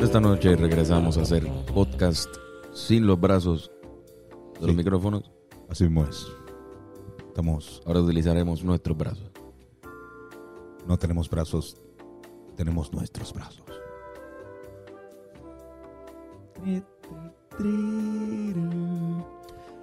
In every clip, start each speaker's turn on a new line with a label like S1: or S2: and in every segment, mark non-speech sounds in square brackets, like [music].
S1: Esta noche regresamos a hacer podcast sin los brazos de los
S2: Sí.
S1: micrófonos.
S2: Así mismo es. Estamos,
S1: Ahora utilizaremos nuestros brazos.
S2: no tenemos brazos, tenemos nuestros brazos.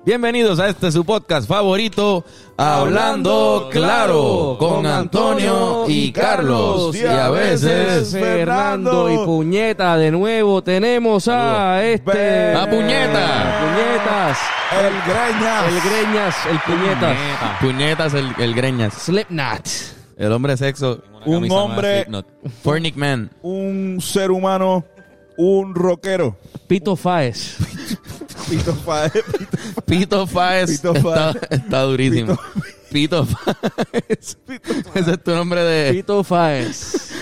S1: Bienvenidos a este su podcast favorito, Hablando Claro, con Antonio y Carlos. Y a veces.
S3: Fernando y Puñeta de nuevo tenemos a este
S1: ¡A Puñeta!
S3: Puñetas,
S2: El Greñas.
S3: el Greñas, el Puñetas,
S1: Puñetas, el, el greñas.
S3: Slipknot.
S1: El hombre sexo.
S2: Un camisa más hombre-
S1: Slipknot. Fornic Man.
S2: Un ser humano, un rockero.
S3: Pito Faes.
S2: Pito [laughs] Paez.
S1: Pito Faes.
S2: Pito
S1: está,
S2: Faez.
S1: está durísimo. Pito, Faes. Ese es tu nombre de.
S3: Pito Faes.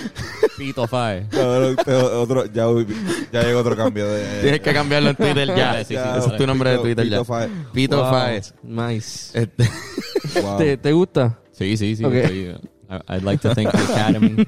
S3: Pito Faes.
S2: Cabrón, te- otro- ya, ya llegó otro cambio de...
S1: Tienes que cambiarlo en Twitter ya.
S2: Ya,
S1: Ese es tu nombre de
S2: Pito-
S1: Twitter
S2: Pito
S1: ya. [laughs]
S2: Faez.
S1: Pito Faes.
S3: Nice.
S1: Este.
S2: Wow.
S3: ¿Te, te gusta?
S4: Sí, sí, sí.
S3: Ok.
S4: estoy, uh, I- I'd like to thank the Academy.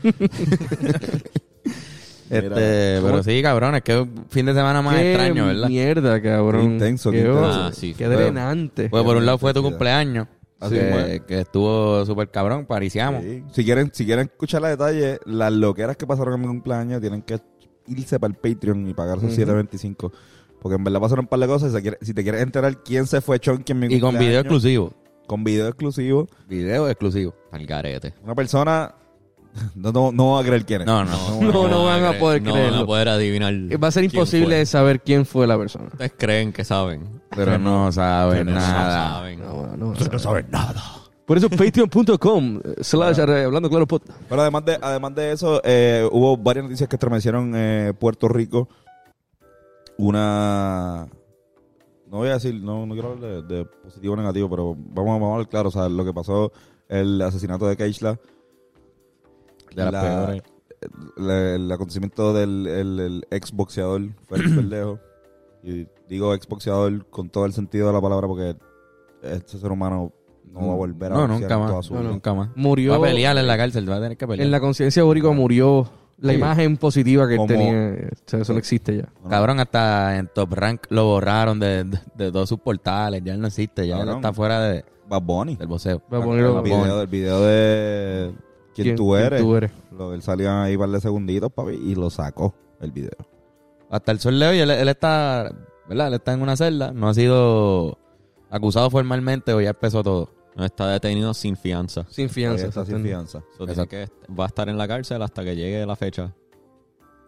S1: Este, pero sí, cabrón, es que es un fin de semana más
S3: Qué
S1: extraño, ¿verdad?
S3: Mierda, cabrón.
S2: Intenso,
S3: qué,
S2: qué intenso.
S3: oso.
S4: Ah, sí.
S3: Qué drenante.
S1: Pues por un lado fue tu
S2: Sí.
S1: cumpleaños,
S2: Así
S1: que,
S2: fue.
S1: que estuvo súper cabrón, pariciamos.
S2: Sí. Si quieren, si quieren escuchar la detalle, las loqueras que pasaron en mi cumpleaños tienen que irse para el Patreon y pagar sus 7.25. Porque en verdad pasaron un par de cosas. Si, se quiere- si te quieres enterar quién se fue chonky en mi
S1: Y con
S2: cumpleaños,
S1: video exclusivo.
S2: Con video exclusivo.
S1: Video exclusivo.
S4: Al garete.
S2: Una persona. [laughs] No, no, no voy a creer quién es.
S1: No, no.
S3: [laughs] No, no van a poder
S4: no
S3: creerlo. Eh,
S4: van a poder adivinar.
S3: Va a ser
S4: quién
S3: imposible
S4: fue.
S3: saber quién fue la persona.
S4: Ustedes creen que saben.
S1: Pero no saben
S4: Pero no
S1: nada.
S4: saben.
S3: Pues No, no, no, saben nada. Por eso patreon.com eh, slash arre- hablando claro pod.
S2: Pero además de, además de eso, eh, hubo varias noticias que estremecieron eh, Puerto Rico. Una. No voy a decir, no, no quiero hablar de, de positivo o negativo, pero vamos, vamos a hablar claro. O sea, lo que pasó, el asesinato de Keishla.
S1: De las peores.
S2: la- el acontecimiento del el, el exboxeador Félix Verdejo. Y digo exboxeador con todo el sentido de la palabra porque este ser humano no va a volver a
S1: No,
S2: boxear
S1: nunca
S2: en
S1: más.
S2: toda su
S1: No,
S2: vida.
S1: nunca más.
S3: Murió
S1: Va a pelear en la cárcel, va a tener que pelear.
S3: en la conciencia boricua murió la
S2: Sí.
S3: imagen positiva que él
S2: Como-
S3: tenía. eh, O sea, eso no existe ya.
S2: No, no.
S1: Cabrón, hasta en Top Rank lo borraron de, de- de todos sus portales. Ya él no existe, ya él
S2: Cabrón.
S1: está fuera de-
S2: Bad Bunny.
S1: del voceo.
S3: Voy a ponerlo
S2: el, video, el video de quién,
S3: ¿Quién-
S2: tú
S3: quién
S2: eres.
S3: tú eres?
S2: Lo, él salió ahí un par de segunditos, papi, y lo sacó el video.
S1: Hasta el sol de hoy, él, él está, ¿verdad? Él está en una celda, no ha sido acusado formalmente o ya empezó todo.
S4: No está detenido sin fianza.
S3: sin
S2: Ahí
S3: fianza.
S2: está sin fianza.
S4: So, tiene
S1: Exacto.
S4: que est- va a estar en la cárcel hasta que llegue la fecha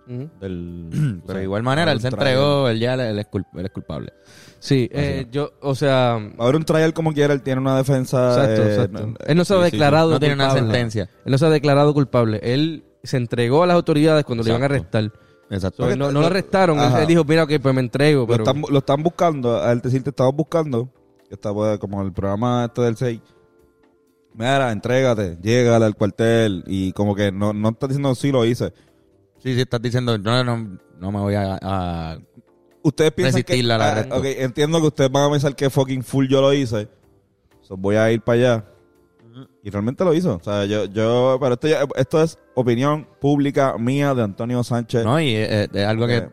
S3: Ujú. [clears throat]
S4: del. o
S1: Pero
S4: sea,
S1: de igual manera, él se
S2: contrario.
S1: entregó, él ya él es, cul- él es culpable.
S3: Sí, eh, yo, o sea,
S2: Va a haber un trial como quiera, él tiene una defensa.
S3: exacto,
S2: eh,
S3: exacto.
S2: no-
S3: él no se ha
S4: sí, sí,
S3: declarado
S1: No tiene una
S3: culpable.
S1: sentencia.
S3: Él no se ha declarado culpable. Él se entregó a las autoridades cuando le iban a
S4: Exacto.
S3: arrestar.
S1: Exacto.
S3: So,
S2: Porque
S3: no,
S2: lo-
S3: no lo arrestaron. Él-
S2: Ajá.
S3: Él dijo, mira, ok, pues me entrego.
S2: lo,
S3: Pero,
S2: están, lo están buscando, al decir te estamos buscando, que está pues, como el programa este del 6. Mira, entrégate, llégale al cuartel y como que no, no está diciendo sí lo hice.
S1: Sí, sí, estás diciendo, no, no, no me voy a... a-
S2: Ustedes piensan
S1: Resistirla
S2: que... ah,
S1: al arresto.
S2: ok, entiendo que ustedes van a pensar que fucking full yo lo hice. So, voy a ir para allá. Y realmente lo hizo. O sea, yo, yo, pero esto, ya- esto es opinión pública mía de Antonio Sánchez.
S1: No, y eh, eh, es algo que
S2: Eh,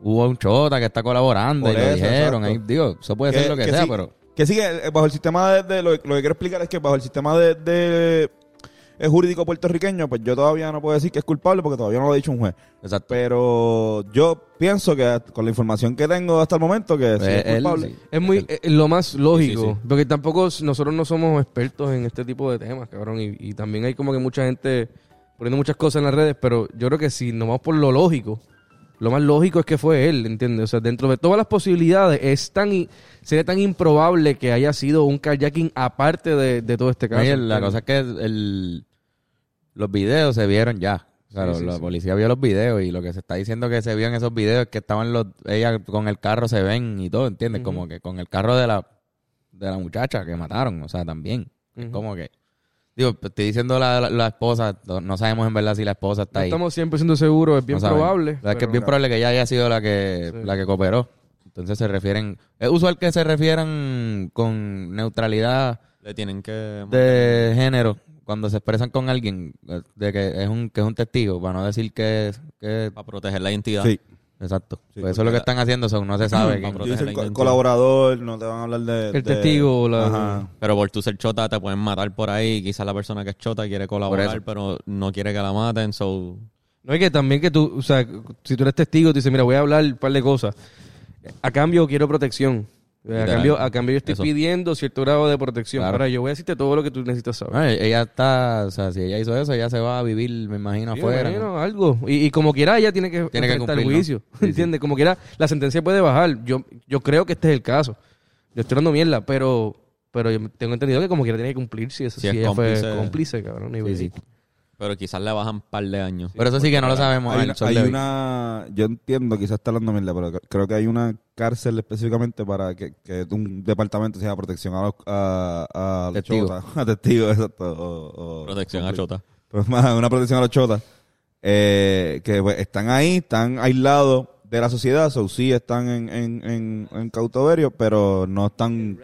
S1: hubo un chota que está colaborando y
S2: Por
S1: lo
S2: eso,
S1: dijeron.
S2: exacto.
S1: Ahí, digo, eso puede ser lo que, sea,
S2: sí-
S1: pero...
S2: Que sí, que, eh, bajo el sistema de... de- lo, lo que quiero explicar es que bajo el sistema de... de- eh, jurídico puertorriqueño, pues yo todavía no puedo decir que es culpable porque todavía no lo ha dicho un juez.
S1: Exacto.
S2: Pero yo pienso que con la información que tengo hasta el momento que sí
S1: Eh,
S2: es
S1: él,
S2: culpable.
S1: sí.
S3: Es muy eh, lo más lógico,
S4: Sí, sí, sí.
S3: porque tampoco s- nosotros no somos expertos en este tipo de temas, cabrón, y, y también hay como que mucha gente poniendo muchas cosas en las redes, pero yo creo que si nos vamos por lo lógico, lo más lógico es que fue él, ¿entiendes? O sea, dentro de todas las posibilidades es tan i- sería tan improbable que haya sido un kayaking aparte de, de todo este caso.
S1: Oye, la
S3: ¿entiendes?
S1: cosa es que el- los videos se vieron ya. O sea,
S3: Sí,
S1: lo-
S3: sí,
S1: la
S3: sí.
S1: policía vio los videos y lo que se está diciendo que se vio en esos videos es que estaban los... Ella con el carro se ven y todo, ¿entiendes?
S3: Ujú.
S1: Como que con el carro de la, de la muchacha que mataron, o sea, también.
S3: Ujú.
S1: Como que... Digo, te estoy diciendo la, la- la esposa, no- no sabemos en verdad si la esposa está
S3: No
S1: ahí.
S3: estamos 100% seguros, es bien
S1: No sabemos.
S3: probable.
S1: O sea, es que
S3: pero-
S1: es bien probable que ella haya sido la que,
S3: Sí.
S1: la que cooperó. Entonces se refieren... Es usual que se refieran con neutralidad
S4: le tienen que.
S1: de género cuando se expresan con alguien eh, de que es un que es un testigo para no decir que, que
S4: Para proteger la identidad.
S2: Sí.
S1: Exacto.
S2: Sí,
S1: Pues eso es lo que están haciendo, son no se sabe. quién-
S4: Yo
S2: Yo
S4: Protege
S2: dicen
S4: la
S2: co-
S4: identidad.
S2: colaborador, no te van a hablar de...
S3: El
S2: de-
S3: testigo o la-
S2: Ajá.
S4: Pero por tu ser chota te pueden matar por ahí. Quizás la persona que es chota quiere
S1: eso.
S4: colaborar, pero no quiere que la maten. So,
S3: No es que también que tú, o sea, si tú eres testigo, tú dices, mira, voy a hablar un par de cosas. A cambio quiero protección. Eh, A
S4: Literal.
S3: cambio, a cambio yo estoy
S4: Eso.
S3: pidiendo cierto grado de protección.
S1: Claro.
S3: Ahora yo voy a decirte todo lo que tú necesitas saber.
S1: No, e-, ella está, o sea, si ella hizo eso, ella se va a vivir, me imagino,
S3: Sí,
S1: Ah, afuera.
S3: bueno, algo. Y, y como quiera, ella tiene que
S1: Tiene que
S3: enfrentar el
S1: cumplirlo.
S3: juicio. ¿Entiendes? Como quiera, la sentencia puede bajar. Yo, yo creo que este es el caso. Yo estoy dando mierda, pero, pero yo tengo entendido que como quiera tiene que cumplir si, eso,
S4: Si es
S3: si ella fue
S4: cómplice.
S3: cómplice, cabrón. y-
S1: ¿no? Sí, sí.
S4: pero quizás le bajan un par de años.
S1: Pero eso sí que no lo sabemos.
S2: Hay,
S1: al
S2: una,
S1: sol
S2: hay
S1: de hoy.
S2: una- yo entiendo, quizás está hablando mierda, pero cre- creo que hay una cárcel específicamente para que, que un departamento sea protección a los a, a los
S1: Testigos.
S2: chotas. [laughs] a testigos, exacto. o- o-
S4: Protección a chota.
S2: Pues más, una protección a los chotas. Eh, que pues, están ahí, están aislados de la sociedad, so, sí están en, en, en, en cautiverio, pero no están...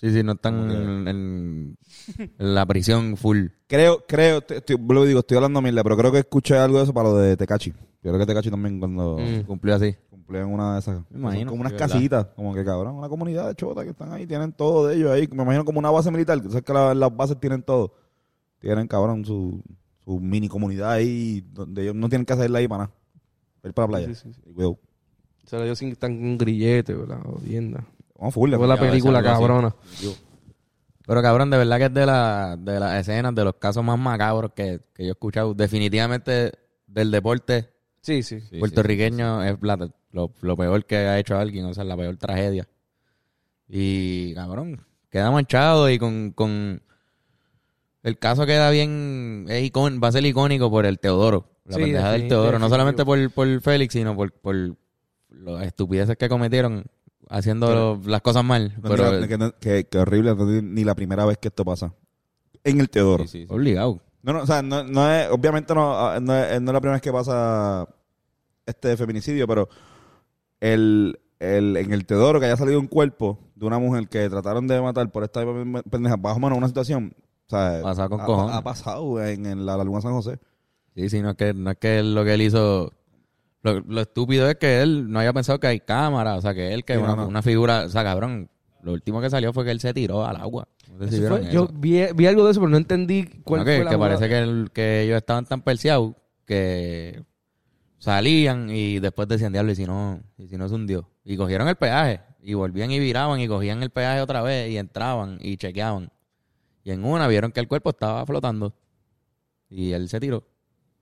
S1: Sí, sí, no están en, en- en la prisión full.
S2: Creo, creo, te- estoy, vuelvo y digo, estoy hablando mierda, pero creo que escuché algo de eso para lo de Tecachi. Yo creo que Tecachi también cuando...
S3: Mm.
S1: Cumplió así.
S2: Cumplían una de esas.
S1: Me imagino,
S2: Son como unas
S1: sí, ¿verdad?
S2: casitas, como que cabrón, una comunidad de chotas que están ahí, tienen todo de ellos ahí. Me imagino como una base militar, que tú sabes que la- las bases tienen todo. Tienen cabrón su, su mini comunidad ahí, donde ellos no tienen que hacerla ahí para nada. Ir para la playa.
S3: Sí, sí, sí.
S2: Y, güey,
S3: Se la dio sin tan un grillete, ¿verdad? Jodienda.
S2: Vamos full.
S3: Fue la
S4: ya,
S3: película,
S4: esa algo así.
S3: cabrona.
S1: Pero cabrón, de verdad que es de, la, de las escenas, de los casos más macabros que, que yo he escuchado. Definitivamente del deporte
S3: Sí, sí.
S4: Sí,
S1: puertorriqueño es la- lo, lo peor que ha hecho alguien, o sea, la peor tragedia. Y cabrón, queda manchado y con, con- el caso queda bien, es icón, va a ser icónico por el Teodoro, la
S3: Sí,
S1: pendeja del
S3: defini-
S1: Teodoro, no
S3: definitivo.
S1: solamente por, por Félix, sino por, por las estupideces que cometieron haciendo lo- las cosas mal.
S2: No,
S1: pero
S2: ni la- que, que- que horrible, no es ni la primera vez que esto pasa. En el Teodoro.
S4: Sí, sí, sí.
S1: obligado.
S2: No, no, o sea, no, no es, obviamente no, ah, no, es, no es la primera vez que pasa este feminicidio, pero el, el, en el Teodoro que haya salido un cuerpo de una mujer que trataron de matar por esta misma pendeja, bajo mano una situación, o sea,
S1: Pasado con
S2: ha,
S1: cojones.
S2: ha pasado en, en la Laguna San José.
S1: Sí, sí, no es que, no es que él- lo que él hizo. Lo, lo estúpido es que él no haya pensado que hay cámara, o sea, que él, que
S2: Sí,
S1: una,
S2: no, no.
S1: una figura, o sea, cabrón, lo último que salió fue que él se tiró al agua. No sé si
S3: Eso
S1: vieron
S3: fue-
S1: eso.
S3: yo vi, vi algo de eso, pero no entendí cuál
S1: No, que,
S3: fue la
S1: que
S3: jugada.
S1: parece que, el- que ellos estaban tan perseados que salían y después decían, diablo, y si no, y si no se hundió. Y cogieron el peaje, y volvían y viraban, y cogían el peaje otra vez, y entraban y chequeaban. Y en una vieron que el cuerpo estaba flotando, y él se tiró.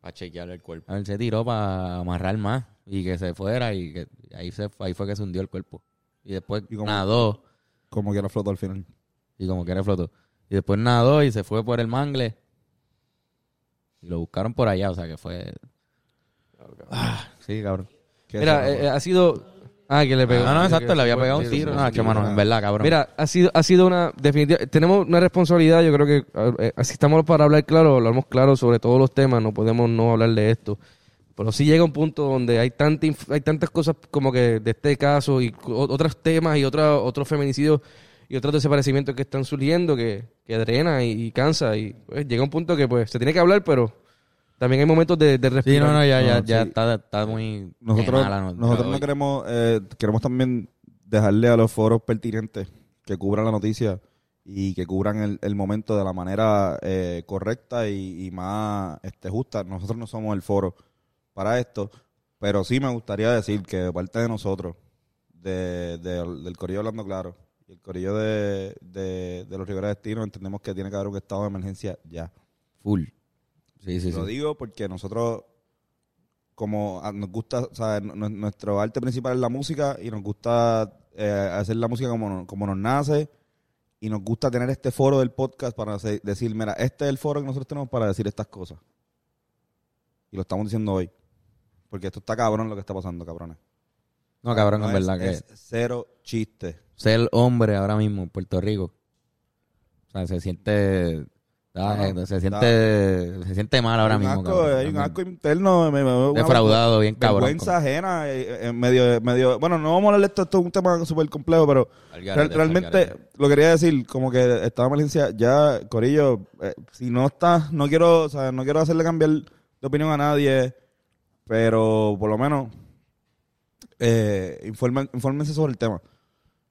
S4: Para chequear el cuerpo.
S1: A ver, se tiró para amarrar más y que se fuera y que ahí se ahí fue que se hundió el cuerpo. Y después
S2: ¿Y cómo?
S1: nadó
S2: Como que la flotó al final.
S1: y como quiera flotó. Y después nadó y se fue por el mangle. Y lo buscaron por allá, o sea que fue... Ah, sí, cabrón.
S2: Que
S3: Mira,
S2: eso,
S3: eh, ha sido... Ah, que le pegó.
S1: Ah, no, exacto,
S3: Que
S1: le había
S3: fue-
S1: pegado un
S3: sí,
S1: tiro.
S3: sí,
S1: No,
S3: sí,
S1: que mano, en verdad, cabrón.
S3: Mira, ha sido, ha sido una definitiva. Tenemos una responsabilidad, yo creo que eh, así estamos para hablar claro, hablamos claro sobre todos los temas, no podemos no hablar de esto. Pero sí llega un punto donde hay, tanta inf- hay tantas cosas como que de este caso y co- otros temas y otra- otros feminicidios y otros desaparecimientos que están surgiendo que, que drena y, y cansa. Y pues, llega un punto que pues se tiene que hablar, pero también hay momentos de, de
S1: Sí,
S3: respirar.
S1: no, no, ya, ya,
S2: No,
S1: ya
S2: sí.
S1: está, está muy...
S2: Nosotros,
S1: quemada la nota
S2: nosotros no
S1: hoy.
S2: queremos, eh, queremos también dejarle a los foros pertinentes que cubran la noticia y que cubran el, el momento de la manera eh, correcta y, y más este, justa. Nosotros no somos el foro para esto, pero sí me gustaría decir que de parte de nosotros, de, de- del Corillo Hablando Claro y el Corillo de, de, de los Rivera Destino, entendemos que tiene que haber un estado de emergencia ya.
S1: Full. Sí, sí,
S2: Lo
S1: sí.
S2: digo porque nosotros, como a- nos gusta, o sea, nu- nu- nuestro arte principal es la música y nos gusta eh, hacer la música como, no- como nos nace y nos gusta tener este foro del podcast para hacer- decir, mira, este es el foro que nosotros tenemos para decir estas cosas. Y lo estamos diciendo hoy. Porque esto está cabrón lo que está pasando, cabrones.
S1: No, cabrón,
S2: No
S1: en
S2: es-
S1: verdad que...
S2: es cero chiste.
S1: ser hombre ahora mismo en Puerto Rico. O sea, se siente. ah,
S2: No,
S1: se siente. Se siente mal ahora
S2: Hay un
S1: mismo.
S2: asco,
S1: cabrón.
S2: hay un asco interno. me- me- me- una-
S1: Defraudado, bien cabrón.
S2: vergüenza ajena, eh, eh, medio, medio, bueno, no vamos a hablar de esto, esto es un tema súper complejo, pero
S4: Al
S2: real-
S4: garete, al
S2: realmente
S4: garete.
S2: lo quería decir, como que estaba en emergencia, ya, Corillo, eh, si no estás, no quiero, o sea, no quiero hacerle cambiar de opinión a nadie, pero por lo menos eh, informan- infórmense sobre el tema.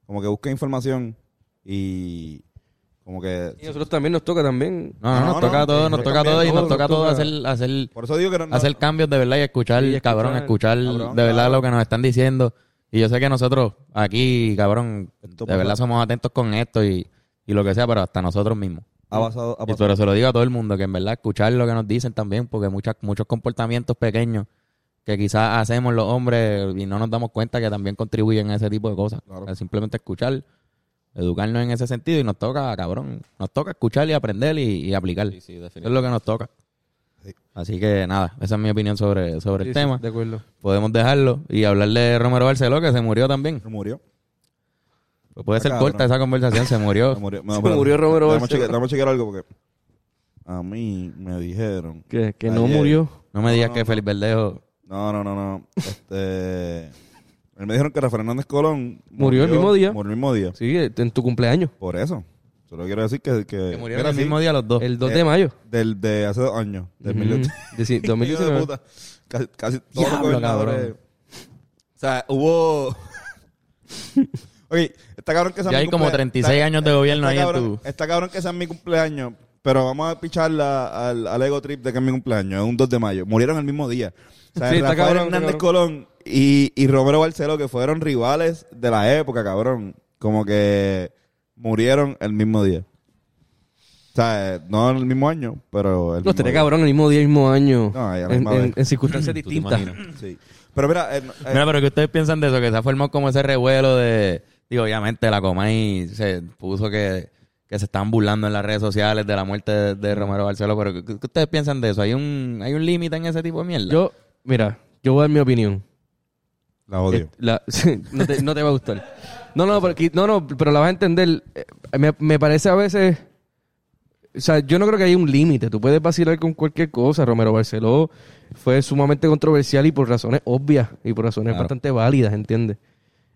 S2: Como que busquen información y como que...
S3: Y nosotros también nos toca también.
S1: No, no,
S2: No,
S1: nos
S2: no,
S1: toca todo,
S2: eh,
S1: nos
S2: yo
S1: toca
S3: también,
S1: todo y
S3: todo,
S1: nos toca
S3: nos
S1: todo
S3: toca-
S1: hacer, hacer,
S2: Por eso digo que no... no-
S1: hacer cambios de verdad y escuchar,
S3: Y escuchar,
S1: cabrón, escuchar
S2: cabrón,
S1: de verdad
S2: claro.
S1: lo que nos están diciendo. Y yo sé que nosotros aquí, cabrón,
S2: Esto
S1: de verdad
S2: pasa.
S1: somos atentos con esto y, y lo que sea, pero hasta nosotros mismos.
S2: ha pasado, ha
S1: Y
S2: pasado.
S1: pero se lo digo a todo el mundo, que en verdad escuchar lo que nos dicen también, porque muchas, muchos comportamientos pequeños que quizás hacemos los hombres y no nos damos cuenta que también contribuyen a ese tipo de cosas.
S2: Claro.
S1: O sea, Simplemente escuchar, educarnos en ese sentido y nos toca, cabrón, nos toca escuchar y aprender y, y aplicar.
S4: Sí, sí,
S1: Eso es
S4: definitivamente.
S1: lo que nos toca.
S2: Sí.
S1: Así que nada, esa es mi opinión sobre, sobre
S3: Sí,
S1: el
S3: sí,
S1: tema.
S3: De acuerdo.
S1: Podemos dejarlo y hablar de Romero Barceló, que se murió también.
S2: Murió.
S1: Pues puede ser
S2: Está Ah, cabrón.
S1: corta esa conversación, se murió.
S2: [laughs] Se murió,
S3: Se murió Romero
S2: Vamos a
S3: Barceló.
S2: chequear, dame chequear algo porque a mí me dijeron.
S3: Que, que
S2: no
S3: no
S2: Ayer.
S3: murió.
S2: murió.
S1: No me digas
S2: No,
S1: que
S2: no.
S1: Felipe Verdejo
S2: No, no, no, no. Este, él me dijeron que Rafael Hernández Colón
S3: Murió el mismo día.
S2: Murió el mismo día.
S3: Sí, en tu cumpleaños.
S2: Por eso. Solo quiero decir que, que,
S1: que murió
S2: Eh, Mira,
S1: el
S2: sí,
S1: mismo día los dos.
S3: El 2
S2: Eh,
S3: de mayo.
S2: del de hace dos años, del
S3: Ujú.
S2: 2018.
S3: [laughs] Deci- 2019.
S2: Hijo de puta. Casi, casi todos
S3: Diablo,
S2: los gobernadores.
S3: cabrón.
S2: O sea, hubo. [laughs] Oye, está cabrón que sea
S1: Ya hay como
S2: cumplea-
S1: 36
S2: está-
S1: años de gobierno
S2: está
S1: ahí en
S2: cabrón-
S1: tu-
S2: Está cabrón que sea mi cumpleaños, pero vamos a picharla al, al ego trip de que es mi cumpleaños. Es un 2 de mayo. Murieron el mismo día. O sea,
S3: Sí, está
S2: Rafael
S3: cabrón, está
S2: Hernández Colón y, y Romero Barceló, que fueron rivales de la época, cabrón. Como que murieron el mismo día. O sea, eh, no en el mismo año, pero el
S3: Los
S2: mismo
S3: tenés
S2: día.
S3: cabrón el mismo día, el mismo año.
S2: No, y a la
S3: en,
S2: misma
S3: en-
S2: vez.
S3: en circunstancias
S4: Tú te
S3: distintas.
S4: imaginas.
S2: Sí. Pero mira, eh, no, eh,
S1: Mira, pero que ustedes piensan de eso, que se ha formado como ese revuelo de. Digo, obviamente la Comay se puso que, que se están burlando en las redes sociales de la muerte de, de Romero Barceló, pero ¿qué, qué ustedes piensan de eso? ¿Hay un hay un límite en ese tipo de mierda?
S3: Yo, mira, yo voy a dar mi opinión.
S2: la odio.
S3: Eh, la- [laughs] sí, no, te, no te va a gustar. No, no, pero, qui- no, no, pero la vas a entender. Eh, Me, me parece a veces. O sea, yo no creo que haya un límite. Tú puedes vacilar con cualquier cosa. Romero Barceló fue sumamente controversial y por razones obvias y por razones
S1: Claro.
S3: bastante válidas, ¿entiendes?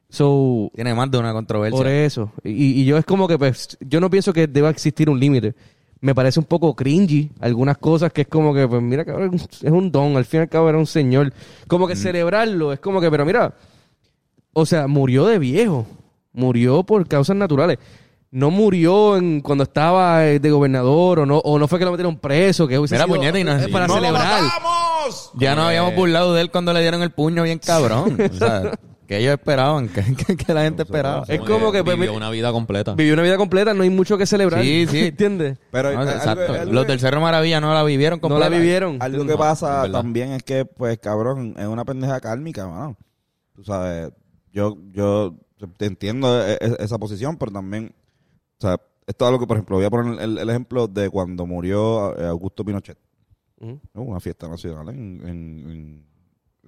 S3: So,
S1: Tiene más de una controversia.
S3: por eso. Y, y yo es como que, pues, yo no pienso que deba existir un límite. Me parece un poco cringy algunas cosas que es como que, pues, mira, cabrón, es un don. Al fin y al cabo era un señor. Como
S1: Mm.
S3: que celebrarlo es como que, pero mira, o sea, murió de viejo. Murió por causas naturales. No murió en, cuando estaba eh, de gobernador o no, o no fue que lo metieron preso. Que hubiese
S1: Mira,
S3: sido-
S1: puñeta, y no-
S3: es para
S1: no lo
S3: celebrar.
S1: ya
S2: Eh.
S1: nos habíamos burlado de él cuando le dieron el puño bien cabrón. o sea, [laughs] que ellos esperaban, que, que- que la gente esperaba.
S3: Es como que, pues,
S4: vivió
S3: mira-
S4: una vida completa.
S3: Vivió una vida completa, no hay mucho que celebrar.
S1: Sí, sí.
S3: [laughs] ¿Entiendes?
S2: Pero
S1: No,
S2: eh,
S1: exacto.
S2: algo, algo
S1: Los
S2: que-
S1: del Cerro Maravilla no la vivieron
S3: No la
S1: completa.
S3: vivieron.
S2: algo que
S3: No.
S2: pasa
S4: es verdad.
S2: también es que, pues, cabrón, es una pendeja kármica, mano. Tú sabes, yo, yo te entiendo e- e- esa posición, pero también, o sea, esto es algo que, por ejemplo, voy a poner el, el ejemplo de cuando murió eh, Augusto Pinochet.
S3: Ujú.
S2: ¿no? Una fiesta nacional en- en- en-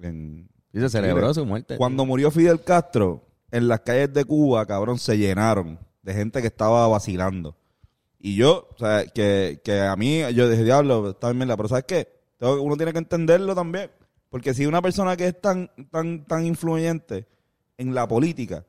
S2: en
S1: Y se celebró su muerte.
S2: Cuando murió Fidel Castro, en las calles de Cuba, cabrón, se llenaron de gente que estaba vacilando. Y yo, o sea, que, que a mí, yo dije, diablo, está bien, mierda", pero ¿sabes qué? Tengo- Uno tiene que entenderlo también. Porque si una persona que es tan, tan, tan influyente en la política,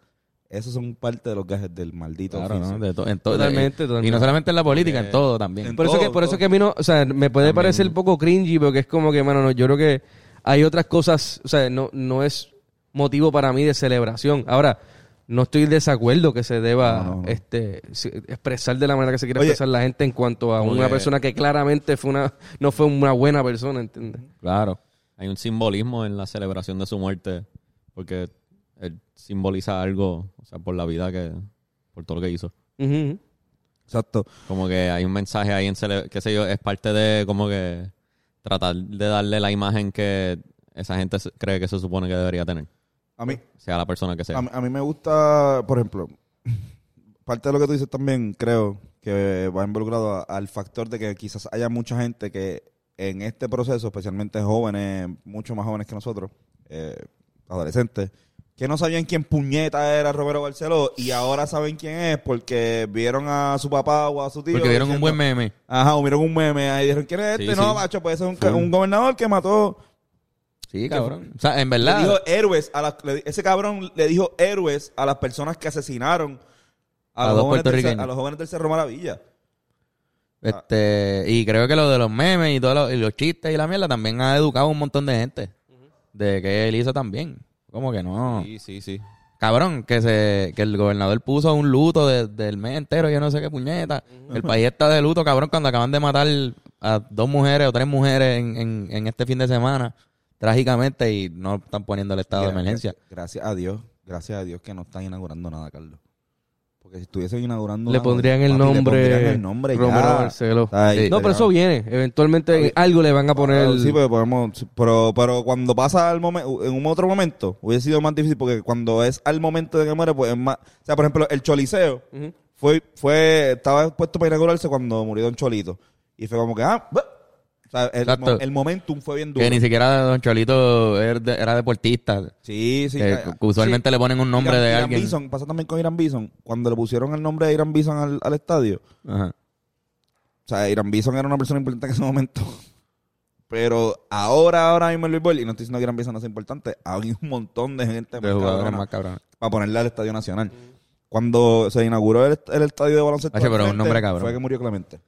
S2: esos son parte de los gajes del maldito.
S1: Claro,
S2: oficio.
S1: ¿no? De to- en todo-
S3: Totalmente,
S1: y- Y
S3: totalmente.
S1: no solamente en la política, en
S4: Porque-
S1: todo también.
S2: en
S3: Por eso
S2: todo,
S3: que, por eso
S2: todo.
S3: que a mí no, o sea, me puede parecer un poco cringy, porque es como que, mano, no, yo creo que hay otras cosas, o sea, no, no es motivo para mí de celebración. Ahora, no estoy en desacuerdo que se
S2: No,
S3: deba
S2: no, no.
S3: este si- expresar de la manera que se quiere
S2: Oye.
S3: expresar la gente en cuanto a
S4: Como
S3: una
S4: que-
S3: persona que claramente fue una, no fue una buena persona, ¿entiendes?
S1: Claro.
S4: Hay un simbolismo en la celebración de su muerte, porque él simboliza algo, o sea, por la vida que, por todo lo que hizo.
S3: Ujú.
S2: Exacto.
S4: Como que hay un mensaje ahí en cele- qué sé yo, es parte de como que tratar de darle la imagen que esa gente se- cree que se supone que debería tener,
S2: A mí,
S4: sea la persona que sea.
S2: A, mí- a mí me gusta, por ejemplo, parte de lo que tú dices también, creo que va involucrado a- al factor de que quizás haya mucha gente que en este proceso, especialmente jóvenes, mucho más jóvenes que nosotros, eh, adolescentes, que no sabían quién puñeta era Roberto Barceló y ahora saben quién es porque vieron a su papá o a su tío.
S1: Porque vieron un
S2: diciendo-
S1: buen meme.
S2: Ajá, o vieron un meme ahí dijeron, ¿quién es
S4: Sí,
S2: este? no,
S4: sí.
S2: macho, puede ser un, ca- un gobernador que mató
S1: Sí, cabrón. O sea, en
S2: le ah. dijo
S1: verdad.
S2: héroes a las- le- ese cabrón le dijo héroes a las personas que asesinaron a,
S1: A
S2: los,
S1: dos
S2: jóvenes del, Cer-
S1: puertorriqueños.
S2: a los jóvenes del Cerro Maravilla.
S1: Este, y creo que lo de los memes y todos los, y los chistes y la mierda también ha educado a un montón de gente. De que él hizo también. Como que no.
S4: Sí, sí, sí.
S1: Cabrón, que se que el gobernador puso un luto de- del mes entero, yo no sé qué puñeta. El país está de luto, cabrón, cuando acaban de matar a dos mujeres o tres mujeres en, en- en este fin de semana, trágicamente, y no están poniendo el estado de
S2: Gra-
S1: emergencia.
S2: Gracias a Dios, gracias a Dios que no están inaugurando nada, Carlos. Porque si estuviesen inaugurando
S3: Le
S2: nada,
S3: pondrían el
S2: papi,
S3: nombre.
S2: Le pondrían el nombre ya.
S3: Romero Barceló.
S2: O sea, ahí
S1: Sí.
S2: te
S3: No, pero eso
S2: llaman.
S3: viene. Eventualmente algo le van a poner.
S2: Ah, Sí, pero podemos. Pero, pero cuando pasa al momento, en un otro momento, hubiese sido más difícil porque cuando es al momento de que muere, pues es más. O sea, por ejemplo, el Choliseo
S3: Ujú.
S2: fue, fue, estaba puesto para inaugurarse cuando murió Don Cholito. Y fue como que, ah, bah. o sea, el,
S1: Exacto.
S2: mo- el momentum fue bien duro.
S1: Que ni siquiera Don Cholito era de- era deportista. Eh,
S2: Sí, sí.
S1: que
S2: ca-
S1: usualmente le ponen un nombre
S2: Irán-
S1: de
S2: Irán
S1: alguien.
S2: Bison, pasa también con Irán Bison. Cuando le pusieron el nombre de Irán Bison al, al estadio,
S1: Ajá.
S2: o sea, Irán Bison era una persona importante en ese momento. [laughs] Pero ahora, ahora mismo el béisbol, y no estoy diciendo que Irán Bison no es importante, hay un montón de gente
S1: De
S2: más
S1: jugadores
S2: cabrona
S1: más cabrones.
S2: para ponerle al Estadio Nacional. Cuando se inauguró el, el estadio de baloncesto,
S1: Hacho,
S2: del
S1: pero un
S2: frente,
S1: nombre cabrón.
S2: fue que murió Clemente.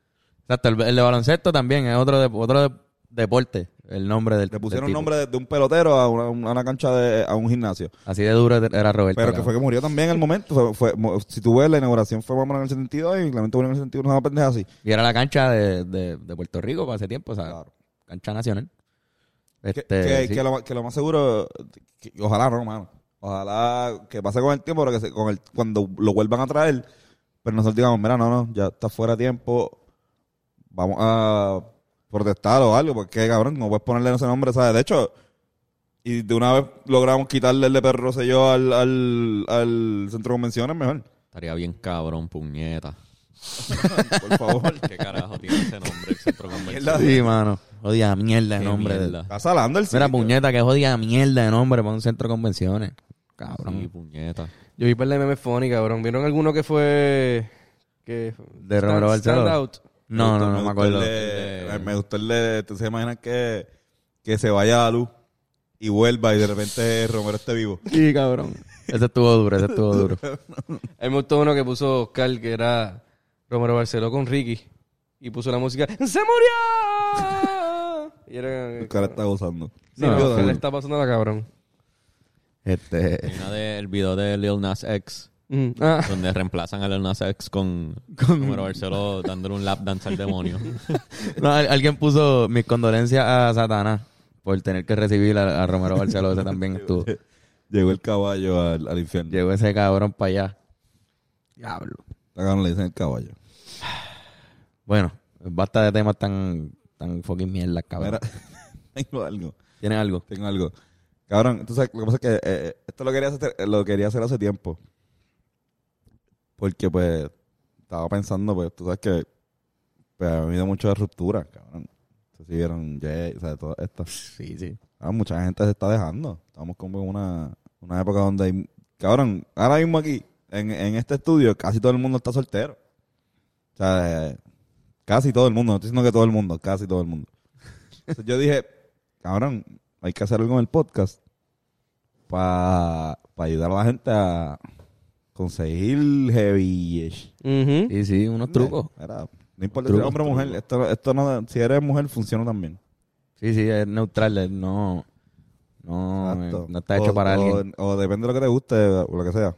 S1: Exacto, el, el de baloncesto también es otro, de- otro de- deporte, el nombre del.
S2: Le pusieron
S1: del tipo.
S2: un nombre de, de un pelotero a una, a una cancha, de, a un gimnasio.
S1: Así de duro era Roberto.
S2: Pero que
S1: cabrón.
S2: fue que murió también en el momento. Fue- fue- mo- si tú ves, la inauguración fue más o menos en el 72 y Clemente murió en el 71, no es una pendeja así.
S1: Y era la cancha de, de- de Puerto Rico para ese tiempo, o sea,
S2: Claro.
S1: cancha nacional.
S2: Que,
S1: Este,
S2: que-
S1: sí.
S2: que lo, que lo más seguro, que- ojalá no, mano. Ojalá que pase con el tiempo, pero que se- con el, cuando lo vuelvan a traer, pero nosotros digamos, mira, no, no, ya está fuera de tiempo, vamos a protestar o algo, porque cabrón, no puedes ponerle ese nombre, ¿sabes? De hecho, y de una vez logramos quitarle el de Pedro Rosselló al, al, al centro de convenciones, mejor.
S4: Estaría bien cabrón, puñeta.
S1: [laughs]
S2: Por favor.
S4: ¿Qué carajo tiene ese nombre? El centro
S2: Mierda.
S4: convencional.
S1: Sí, mano. Jodida mierda de
S4: Qué
S1: nombre. de-
S4: mierda.
S2: está salando el
S1: Mira,
S2: sitio.
S1: puñeta, que jodida mierda de nombre para un centro de convenciones. Cabrón.
S4: Sí, puñeta.
S3: Yo vi para el meme funny, cabrón. ¿Vieron alguno que fue. que
S1: De Romero Barceló.
S3: out.
S1: No, no, no me
S2: gustó el
S1: acuerdo.
S2: de-
S4: El de-
S2: Me gustó el de. ¿Tú se imaginas que, que se vaya a la luz y vuelva y de repente Romero esté vivo?
S3: Sí, cabrón.
S1: Ese estuvo duro, ese estuvo
S2: [laughs]
S1: duro.
S3: A mí me gustó uno que puso Oscar, que era Romero Barceló con Ricky. Y puso la música ¡Se murió! Y era...
S2: El cara está gozando.
S3: Sí, no, Oscar le está pasando la cabrón.
S1: Este,
S4: Hay una del video de Lil Nas X,
S3: Mm, Ah,
S4: donde reemplazan a Lil Nas X con, con... Número Barceló dándole un lap dance
S2: [laughs]
S4: al demonio.
S1: no, al- alguien puso mis condolencias a Satanás por tener que recibir a, a Romero Barceló. Ese también estuvo.
S2: Llegó el caballo al, al infierno.
S1: Llegó ese cabrón para allá. Diablo.
S2: Acá no le dicen el caballo.
S1: Bueno, basta de temas tan, tan fucking mierda, cabrón.
S2: Mira, [laughs] tengo algo.
S1: ¿Tienes algo?
S2: Tengo algo. Cabrón, entonces lo que pasa es que eh, eh, esto lo quería, hacer, lo quería hacer hace tiempo. Porque pues estaba pensando, pues tú sabes que pues, ha habido muchas rupturas, cabrón. Entonces sí vieron Jay, o sea, todas estas.
S1: Sí, sí.
S2: Ah, mucha gente se está dejando. Estamos como en una, una época donde hay... Cabrón, ahora mismo aquí, en, en este estudio, casi todo el mundo está soltero. O sea, eh, casi todo el mundo. No estoy diciendo que todo el mundo, casi todo el mundo.
S1: [laughs]
S2: Entonces yo dije, cabrón, hay que hacer algo en el podcast para ayudar a la gente a conseguir heavy
S3: ujú.
S1: Sí, sí, unos trucos.
S2: Era- no importa
S1: Trucos,
S2: si eres hombre o mujer. Esto, esto no, si eres mujer, funciona también.
S1: Sí, sí, es neutral, es no, no,
S2: Exacto.
S1: eh, no está hecho
S2: O-
S1: para
S2: o-
S1: alguien.
S2: O depende de lo que te guste o lo que sea.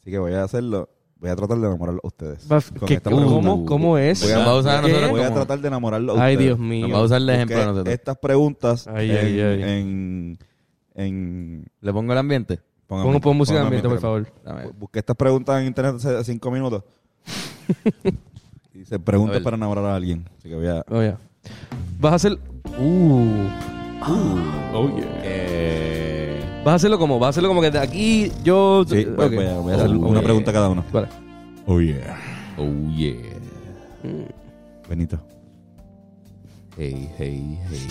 S2: Así que voy a hacerlo. Voy a tratar de enamorarlo a ustedes.
S3: Baf-
S2: Con
S3: ¿qué-
S2: esta pregunta.
S3: ¿Cómo, ¿Cómo es?
S1: Voy a-
S4: ¿Verdad?
S1: va a usar a
S3: ¿Qué?
S1: nosotros
S2: Voy a
S1: como-
S2: tratar de enamorarlo a ustedes.
S3: Ay, Dios
S1: Nos
S3: mío.
S1: va a usar el ejemplo
S2: Busqué
S1: a nosotros.
S2: Estas preguntas
S3: Ay,
S2: en,
S3: ay, ay.
S2: en- en-
S1: ¿Le pongo el ambiente?
S2: pongan-
S3: Pongo, pon música de
S2: pongan-
S3: ambiente, por favor.
S1: Dame.
S2: Busqué estas preguntas en internet hace
S1: [laughs]
S2: cinco minutos. Dice
S1: A
S2: preguntas
S1: ver.
S2: para enamorar a alguien. Así que voy a.
S3: Oh, ya. Vas a hacer... Uh.
S4: Eh,
S3: Vas a hacerlo como, vas a hacerlo como que de aquí yo...
S2: Sí, pues, voy,
S3: Ok.
S2: voy a, voy a hacer una pregunta cada uno.
S3: Vale.
S2: Oh yeah.
S4: Oh yeah.
S2: Benito,
S4: Hey, hey, hey.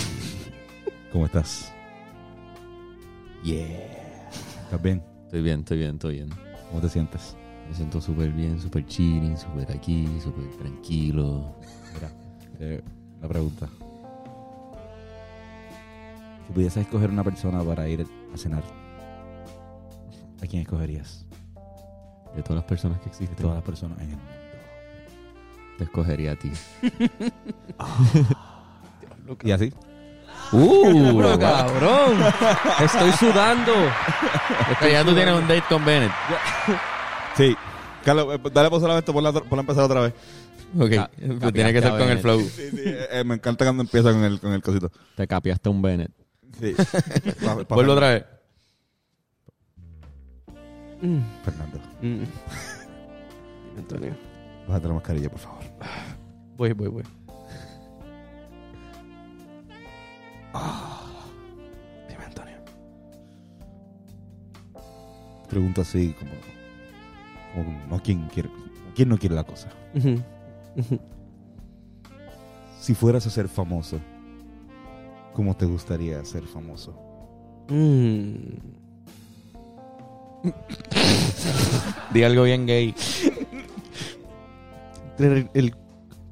S2: ¿cómo estás?
S4: Yeah.
S2: ¿Estás bien?
S4: Estoy bien, estoy bien, estoy bien.
S2: ¿Cómo te sientes?
S4: Me siento súper bien, súper chilling, súper aquí, súper tranquilo.
S2: Eh, una pregunta. Si pudieses escoger una persona para ir a cenar, ¿a quién escogerías?
S4: De todas las personas que
S2: De
S4: existen,
S2: todas las personas en el mundo.
S4: te escogería a ti.
S2: ¿Y así?
S1: [laughs] Uh,
S3: Pero,
S1: loca.
S3: cabrón, estoy sudando.
S1: Pero ya tú tienes un date con Bennett.
S2: Sí. Carlos, eh, dale por solamente ponla, otra- ponla a empezar otra vez.
S1: Ok.
S4: Ya,
S1: Pues tiene que
S4: ya
S1: ser con el
S4: Bennett.
S1: flow.
S2: Sí, sí, [laughs] eh, eh, me encanta cuando empieza con el, con el cosito.
S4: Te capiaste un Bennett.
S2: Sí. [laughs]
S1: Vuelvo otra vez.
S3: Mm,
S2: Fernando,
S3: mm. [laughs] Antonio.
S2: bájate la mascarilla, por favor.
S3: Voy, voy, voy. Ah. Dime, Antonio.
S2: Pregunta así, como. como no, ¿quién, quiere, ¿Quién no quiere la cosa?
S3: Ujú.
S2: Si fueras a ser famoso, ¿cómo te gustaría ser famoso? [laughs]
S3: [laughs] Mm.
S1: Di algo bien gay.
S3: Tener el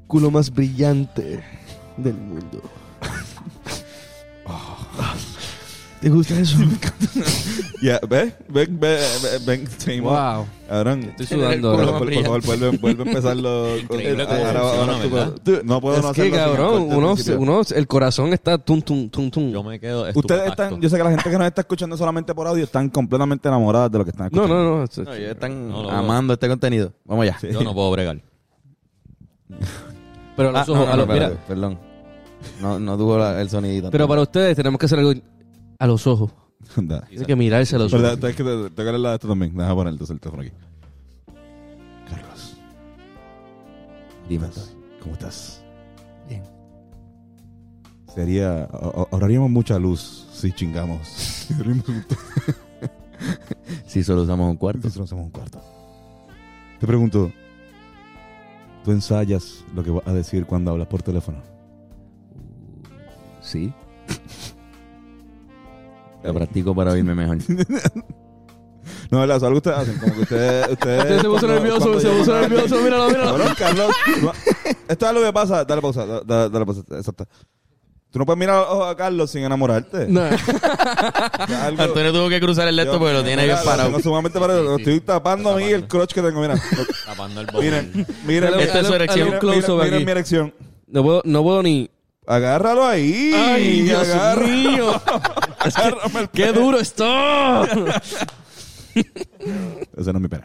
S3: culo más brillante del mundo. ¿Te gusta eso?
S2: Ya, ve, ven, ve, ve, ven, seguimos.
S3: wow.
S2: Cabrón.
S3: Estoy
S1: Tener el
S3: sudando.
S1: culo más
S2: Ahora,
S3: ahora.
S2: por, por favor, vuelve, vuelve a
S3: [laughs]
S2: empezarlo. con-
S4: Increíble cómo
S2: ahora- ahora
S4: funciona,
S2: tú-
S4: ¿verdad?
S2: tú- no puedo no
S3: es que,
S2: hacerlo sin el
S3: cabrón,
S2: corte del
S3: uno,
S2: principio.
S3: uno, el corazón está tum, tum, tum, tum.
S4: Yo me quedo
S2: Ustedes
S4: estupefacto.
S2: están, yo sé que la gente que nos está escuchando solamente por audio están completamente enamoradas de lo que están
S3: No,
S2: escuchando.
S3: no, no. eso-
S1: No, ellos están
S4: No, no, no.
S1: amando este contenido. Vamos ya.
S4: Yo no puedo bregar.
S3: Pero a los
S1: Ah,
S3: ojos,
S1: no, no,
S3: a
S1: no,
S3: los- mira,
S1: espérate, Perdón. No, no tuvo la- el sonidito.
S3: pero para ustedes tenemos que hacer algo a los ojos.
S2: [laughs] Anda.
S3: Hay que mirarse a los
S2: Pero
S3: ojos.
S2: tienes que te- tengo que leer la de esto también. Déjame poner entonces el teléfono aquí. Carlos,
S1: Dime.
S2: ¿estás- ¿cómo estás?
S1: Bien.
S2: Sería. a- a- Ahorraríamos mucha luz si chingamos. [laughs] Si dormimos juntos,
S1: Si solo usamos un cuarto.
S2: si nos hacemos un cuarto. Te pregunto. ¿Tú ensayas lo que vas a decir cuando hablas por teléfono?
S1: Sí. La practico para oírme mejor.
S2: No, ¿verdad? Eso es algo que ustedes hacen. Como que
S3: [laughs]
S2: ustedes. ustedes
S3: Usted se puso
S2: cuando-
S3: nervioso,
S2: cuando
S3: se
S2: llegan
S3: puso
S2: a-
S3: nervioso. Míralo,
S2: [laughs]
S3: míralo.
S2: Cabrón, Carlos. no- esto es lo que pasa. Dale pausa. da- da- Dale pausa. Exacto. Tú no puedes mirar a los ojos a Carlos sin enamorarte.
S3: No.
S2: Es algo-
S1: Antonio tuvo que cruzar el
S2: Yo-
S1: lector porque lo tiene
S2: mira,
S1: bien parado.
S2: Lo tengo sumamente parado.
S4: Sí,
S2: Lo
S4: sí.
S2: estoy tapando a mí el crotch que tengo. Mira.
S4: Tapando el
S2: Miren,
S4: botón.
S2: miren.
S3: Dale,
S1: Esta es su
S3: dale,
S1: erección.
S3: dale un
S2: Miren,
S3: close-up
S2: miren
S3: aquí.
S2: mi erección.
S3: No puedo, no puedo ni.
S2: Agárralo ahí.
S3: ¡Ay, Dios
S2: Agarra-
S3: mío!
S2: [laughs] agárrame el
S3: ¡Qué
S2: pene.
S3: duro esto!
S2: Ese no es mi pene.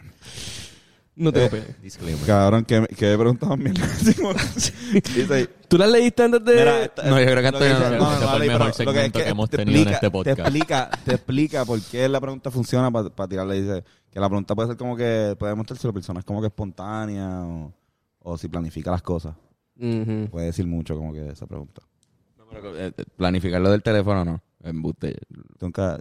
S3: No tengo pena.
S4: Disclaimer.
S2: Cabrón, que, que he preguntado a mí. [laughs] Dice ahí,
S3: ¿Tú las leíste antes de.?
S2: Mira, esta-
S1: No, yo creo que
S2: lo que
S1: Antonio
S2: dice-
S1: no-
S4: no, no,
S2: no,
S4: fue el
S2: Ali,
S4: mejor
S2: pero lo
S4: segmento
S2: que es que
S4: que hemos
S2: te
S4: tenido en
S2: explica-
S4: este podcast.
S2: Te explica, te explica por qué la pregunta funciona para tirarle. Dice que la pregunta puede ser como que, puede mostrarse la persona, es como que espontánea o, o si planifica las cosas.
S3: Ujú.
S2: Puede decir mucho como que esa pregunta.
S1: Eh, Planificarlo del teléfono no. Embuste.
S2: Nunca,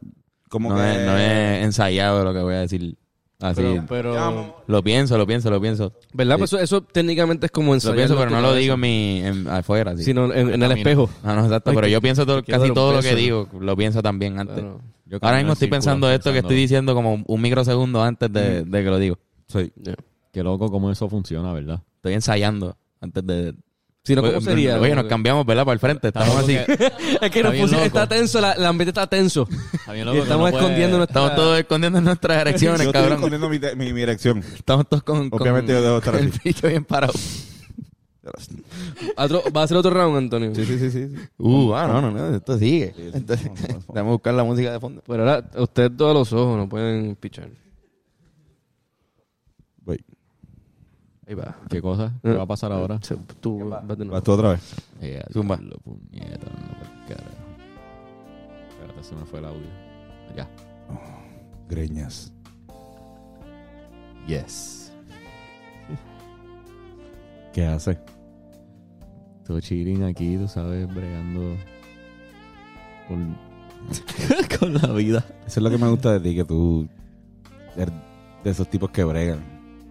S2: como
S1: No
S2: que...
S1: he, no he ensayado lo que voy a decir. Así.
S3: Pero, pues, pero-
S2: Llamo.
S1: Lo pienso, lo pienso, lo pienso.
S3: ¿Verdad?
S1: Sí.
S3: Pues eso, eso técnicamente es como
S1: Lo
S3: ensayar.
S1: pienso, pero
S3: en tu
S1: no lo
S3: cabeza,
S1: digo en mi, en- afuera. Así.
S3: Sino en, en el
S4: Camino.
S3: espejo.
S1: Ah, no, exacto.
S3: Ay,
S1: Pero
S3: que-
S1: yo pienso todo-
S3: que dar
S1: casi
S3: un
S1: todo lo
S3: beso.
S1: que digo, lo pienso también antes.
S3: Claro.
S4: Yo camino
S1: Ahora
S4: en
S1: mismo estoy
S4: círculos
S1: pensando esto que estoy
S4: pensándolo.
S1: diciendo como un microsegundo antes de, de que lo digo.
S3: Yeah.
S4: Qué loco cómo eso funciona, ¿verdad?
S1: Estoy ensayando antes de...
S3: Si no, ¿cómo
S1: Oye,
S3: sería?
S1: Oye, nos cambiamos, ¿verdad? Para el frente. Estamos
S4: Está
S1: así.
S4: loco que-
S3: es que
S4: Está
S3: nos
S4: bien
S3: pusimos.
S4: loco.
S3: Está tenso, la, la ambiente está tenso.
S4: Está bien loco
S3: Y
S4: que
S3: estamos
S4: uno puede-
S3: escondiendo nuestra-
S1: Estamos todos escondiendo nuestras
S2: Yo
S1: erecciones,
S2: estoy
S1: cabrón.
S2: escondiendo mi, de- mi, mi erección.
S1: Estamos todos con, con
S2: Obviamente yo debo estar
S1: el
S2: así.
S1: bicho bien parado.
S3: Otro- va a ser otro round, Antonio.
S2: Sí, sí, sí, sí. sí.
S1: Uh, ah, no, no, no, esto sigue. Entonces,
S2: Vamos, vamos, vamos.
S1: Déjame buscar la música de fondo.
S3: Pero ahora, ustedes todos los ojos no pueden pichar.
S2: Voy.
S3: Ahí va.
S4: ¿Qué cosa? ¿Qué va a pasar ahora?
S3: Se- tú vas de nuevo.
S2: Vas tú otra vez.
S4: Eh,
S1: Zumba.
S4: diablo, puñeta, no, por carajo. Espérate, se me fue el audio. Ya.
S2: Greñas.
S4: [laughs] Yes.
S2: ¿Qué hace?
S4: Todo chilling aquí, tú sabes, bregando con, [laughs] con la vida.
S2: Eso es lo que me gusta de ti, que tú eres de esos tipos que bregan.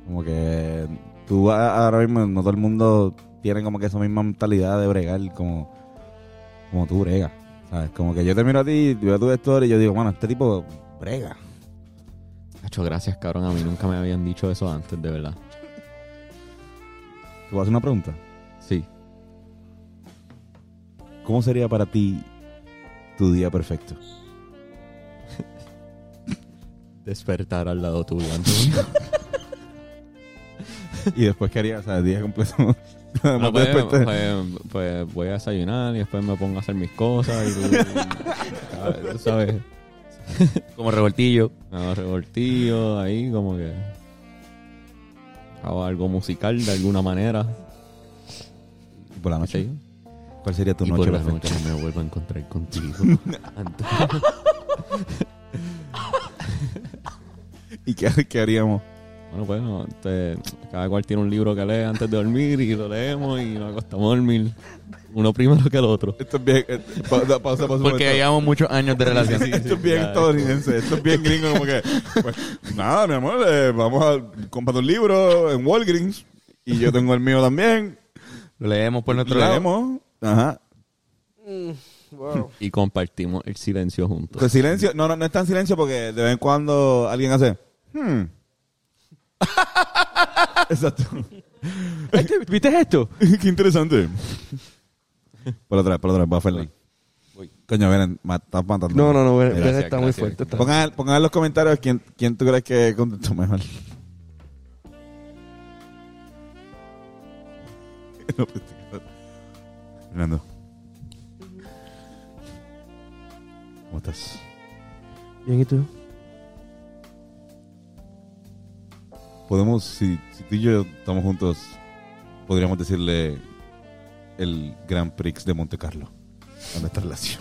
S2: Como que tú a- ahora mismo, no todo el mundo tiene como que esa misma mentalidad de bregar como, como tú bregas. ¿Sabes? Como que yo te miro a ti, veo tu historia y yo digo, bueno, este tipo brega.
S4: Nacho, gracias, cabrón. A mí nunca me habían dicho eso antes, de verdad.
S2: Te voy a hacer una pregunta.
S4: Sí.
S2: ¿Cómo sería para ti tu día perfecto?
S4: Despertar al [laughs] lado tuyo, Antonio.
S2: [laughs] Y después, ¿qué harías? O sea, el día completo. Además
S4: No,
S2: de
S4: pues,
S2: despertar.
S4: pues- pues voy a desayunar y después me pongo a hacer mis cosas y tú, y- [laughs] tú sabes,
S1: Como revoltillo.
S4: me hago revoltillo ahí como que hago algo musical de alguna manera.
S2: Y por la noche.
S4: Sí.
S2: ¿Cuál sería tu
S4: y
S2: noche
S4: por la
S2: perfecta?
S4: noche no me vuelvo a encontrar contigo. Antonio.
S2: ¿Y qué, qué haríamos?
S4: [laughs] Bueno, pues no, te- cada cual tiene un libro que lee antes de dormir y lo leemos y nos acostamos a dormir. Uno primero que el otro.
S2: Esto es bien. eh, pa- da- pausa, pausa. un
S1: Porque
S2: momento.
S1: llevamos muchos años de relación.
S2: Esto es bien
S4: ya,
S2: estadounidense, esto es bien gringo, como que. pues, nada, mi amor, eh, vamos a comprar un libro en Walgreens y yo tengo el mío también.
S1: Lo leemos por nuestro lado.
S2: Leemos. Ajá.
S3: Wow.
S4: Y compartimos el silencio juntos.
S2: Pues silencio, no, no, no es tan silencio porque de vez en cuando alguien hace. Hmm. [laughs] Exacto.
S3: Este, ¿Viste esto?
S2: [laughs] Qué interesante. Por atrás, por atrás, va Fernández. Coño, Beren, ma- estás matando.
S3: No, no, no, Beren
S4: Gracias,
S3: Beren está muy
S4: gracias.
S3: fuerte. está-
S2: Pongan, pongan en los comentarios quién, quién tú crees que contestó mejor. No, pues, tío. [laughs] Fernando. ¿Cómo estás?
S3: Bien, ¿y tú?
S2: Podemos, si, si tú y yo estamos juntos, podríamos decirle el Grand Prix de Monte Carlo a nuestra relación.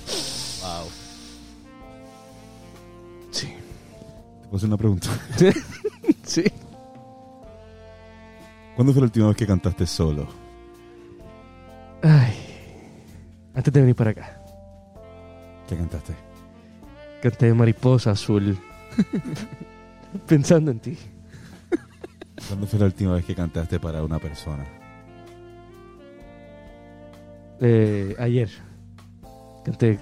S3: Sí.
S2: Te puedo hacer una pregunta. [laughs]
S3: Sí.
S2: ¿Cuándo fue la última vez que cantaste solo?
S3: Ay. Antes de venir para acá,
S2: ¿Qué cantaste?
S3: canté Mariposa [laughs] Azul. Pensando en ti.
S2: ¿Cuándo fue la última vez que cantaste para una persona?
S3: Eh, ayer canté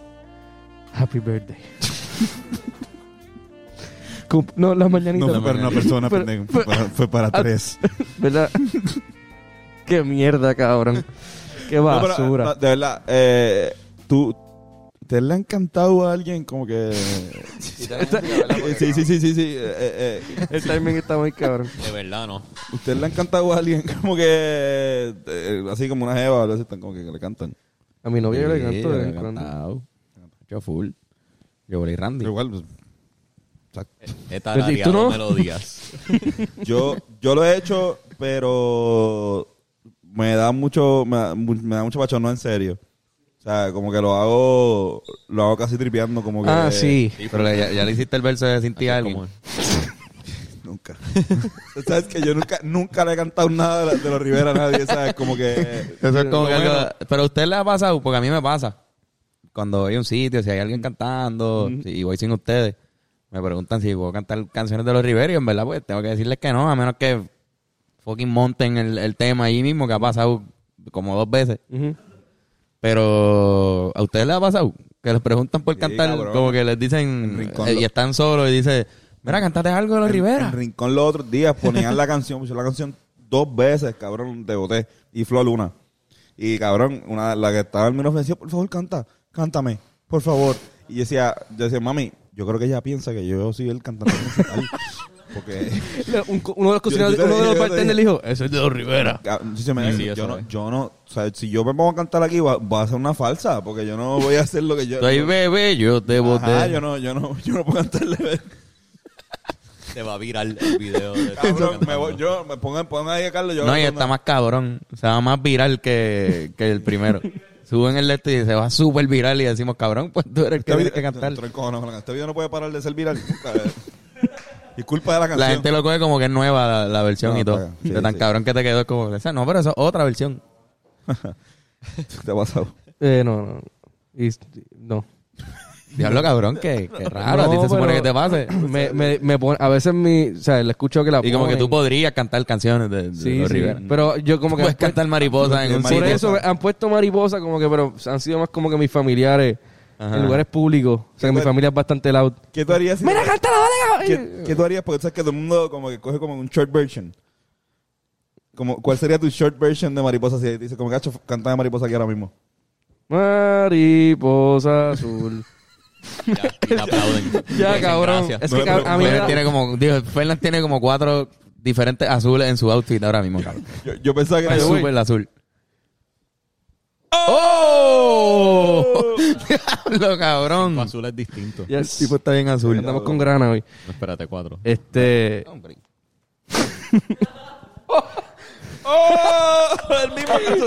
S3: Happy [laughs] Birthday. Como- no, las mañanitas.
S2: No fue para una persona,
S3: Pero-
S2: pendejo. Fue Ah, para, fue para tres.
S3: ¿Verdad? Qué mierda, cabrón. Qué
S2: No, pero, ah,
S3: basura.
S2: no, de verdad, eh, tú. ¿Te le han cantado a alguien como que.? sí, sí, sí, sí. sí. eh, eh, eh.
S3: El timing está muy cabrón.
S4: De verdad, no.
S2: ¿Ustedes le han cantado a alguien como que. eh, así como una jeva, a veces están como que le cantan?
S3: A mi novia yo le canto de
S1: Sí,
S3: vez en
S1: yo
S3: cuando.
S1: cantado. Yo full. Yo volé Randy.
S2: Igual, pues, exacto.
S4: He
S3: ¿Y tú
S4: tarareado
S3: no?
S4: melodías.
S2: Yo, yo lo he hecho, pero me da mucho, me da, mu- me da mucho pachón, no en serio. O sea, como que lo hago, lo hago casi tripeando, como que.
S3: Ah, sí.
S1: Pero le- ya, ya le hiciste el verso de Sin ti a alguien.
S4: Como-
S2: Nunca. [laughs] Sabes que yo nunca, nunca le he cantado nada de, la- de los Rivera a nadie, ¿sabes? Como que.
S1: Eso es como
S2: Lo
S1: que algo-
S2: bueno.
S1: Pero a usted le ha pasado, porque a mí me pasa. Cuando voy a un sitio, si hay alguien cantando, si- y voy sin ustedes, me preguntan si puedo cantar canciones de los Rivera, y en verdad, pues tengo que decirles que no, a menos que fucking monten el, el tema ahí mismo, que ha pasado como dos veces.
S3: Ujú.
S1: Pero a ustedes les ha pasado que les preguntan por
S2: Sí,
S1: cantar,
S2: cabrón.
S1: como que les
S2: En
S1: dicen,
S2: Rincón
S1: eh,
S2: lo-
S1: y están solos, y dice mira, cantate algo de los
S2: En,
S1: Rivera.
S2: en Rincón los otros días ponían la [laughs] canción, pusieron la canción dos veces, cabrón, de boté. Y Flor Luna. Y cabrón, una, la que estaba en mi ofensiva, por favor, canta, cántame, por favor. Y yo decía, yo decía, mami, yo creo que ella piensa que yo soy el cantante principal. Porque.
S3: Le- [laughs] un co- uno de los cocineros,
S2: yo te-
S3: uno de
S2: yo
S3: los
S2: te-
S3: bartenders le dijo, eso es de los Rivera.
S2: Ah, sí, se me-
S4: Sí, sí,
S2: yo,
S4: eso
S2: no,
S4: es.
S2: yo no, o sea, si yo me pongo a cantar aquí, va, va a ser una falsa, porque yo no voy a hacer lo que yo.
S1: Soy bebé, yo te boté.
S2: Ajá, yo no, yo no, yo no puedo cantarle.
S4: Te va a virar el video. de ti
S2: Cabrón,
S4: cantando.
S2: me voy, yo, me pongan, pongan ahí a Carlos. Yo
S1: No, y
S2: yo
S1: está más cabrón. Se va más viral que, que el primero. Suben el este y se va súper viral y decimos, cabrón, pues tú eres el que
S2: Este
S1: tienes
S2: video,
S1: que cantar.
S2: Estoy encojonado con la- este video no puede parar de ser viral. nunca,
S1: [laughs]
S2: eh. Y culpa de la canción.
S1: La gente lo coge como que es nueva la, la versión
S2: No,
S1: y todo.
S2: paga. Sí,
S1: de tan
S2: sí.
S1: cabrón que te quedó es como, o sea, no, pero eso es otra versión.
S2: [laughs] Te ha pasado.
S3: Eh, no, no. Y, no.
S1: Diablo cabrón, que, que raro, a ti
S3: No,
S1: se supone
S3: pero-
S1: que te [laughs] pase.
S3: me, me, me pone, a veces mi, o sea, le escucho que la
S1: Y como que
S3: ponen.
S1: tú podrías cantar canciones de, de
S3: sí,
S1: los
S3: sí,
S1: Rivera.
S3: pero yo como que
S1: Puedes cantar mariposa en
S2: de
S1: un
S3: por
S1: sitio.
S2: mariposa.
S3: eso han puesto mariposa como que pero han sido más como que mis familiares
S1: Ajá.
S3: en lugares públicos, o sea, que mi
S2: bueno.
S3: familia es bastante loud.
S2: ¿Qué tú harías? si-
S3: Mira, cántala, dale.
S2: ¿Qué, qué tú harías? Porque sabes que todo el mundo como que coge como un short version. Como, ¿Cuál sería tu short version de Mariposa? Si te dice, como cacho, canta de Mariposa aquí ahora mismo.
S3: Mariposa
S1: [laughs]
S3: azul.
S4: Ya, y me aplauden.
S3: Ya,
S4: Dicen
S3: cabrón.
S4: gracias.
S3: Es que
S2: No,
S3: cab-
S2: pero-
S3: a mí me
S1: Fernan
S3: da-
S1: tiene como, digo, Fernan
S4: [laughs]
S1: tiene como cuatro diferentes azules en su outfit ahora mismo, cabrón.
S2: Yo, yo pensaba que
S1: Es
S2: era
S1: súper azul. ¡Oh! [laughs] Diablo, cabrón.
S4: Azul es distinto.
S1: El tipo está bien azul.
S3: Andamos con grana hoy.
S4: No, espérate, cuatro.
S3: Este.
S1: Hombre.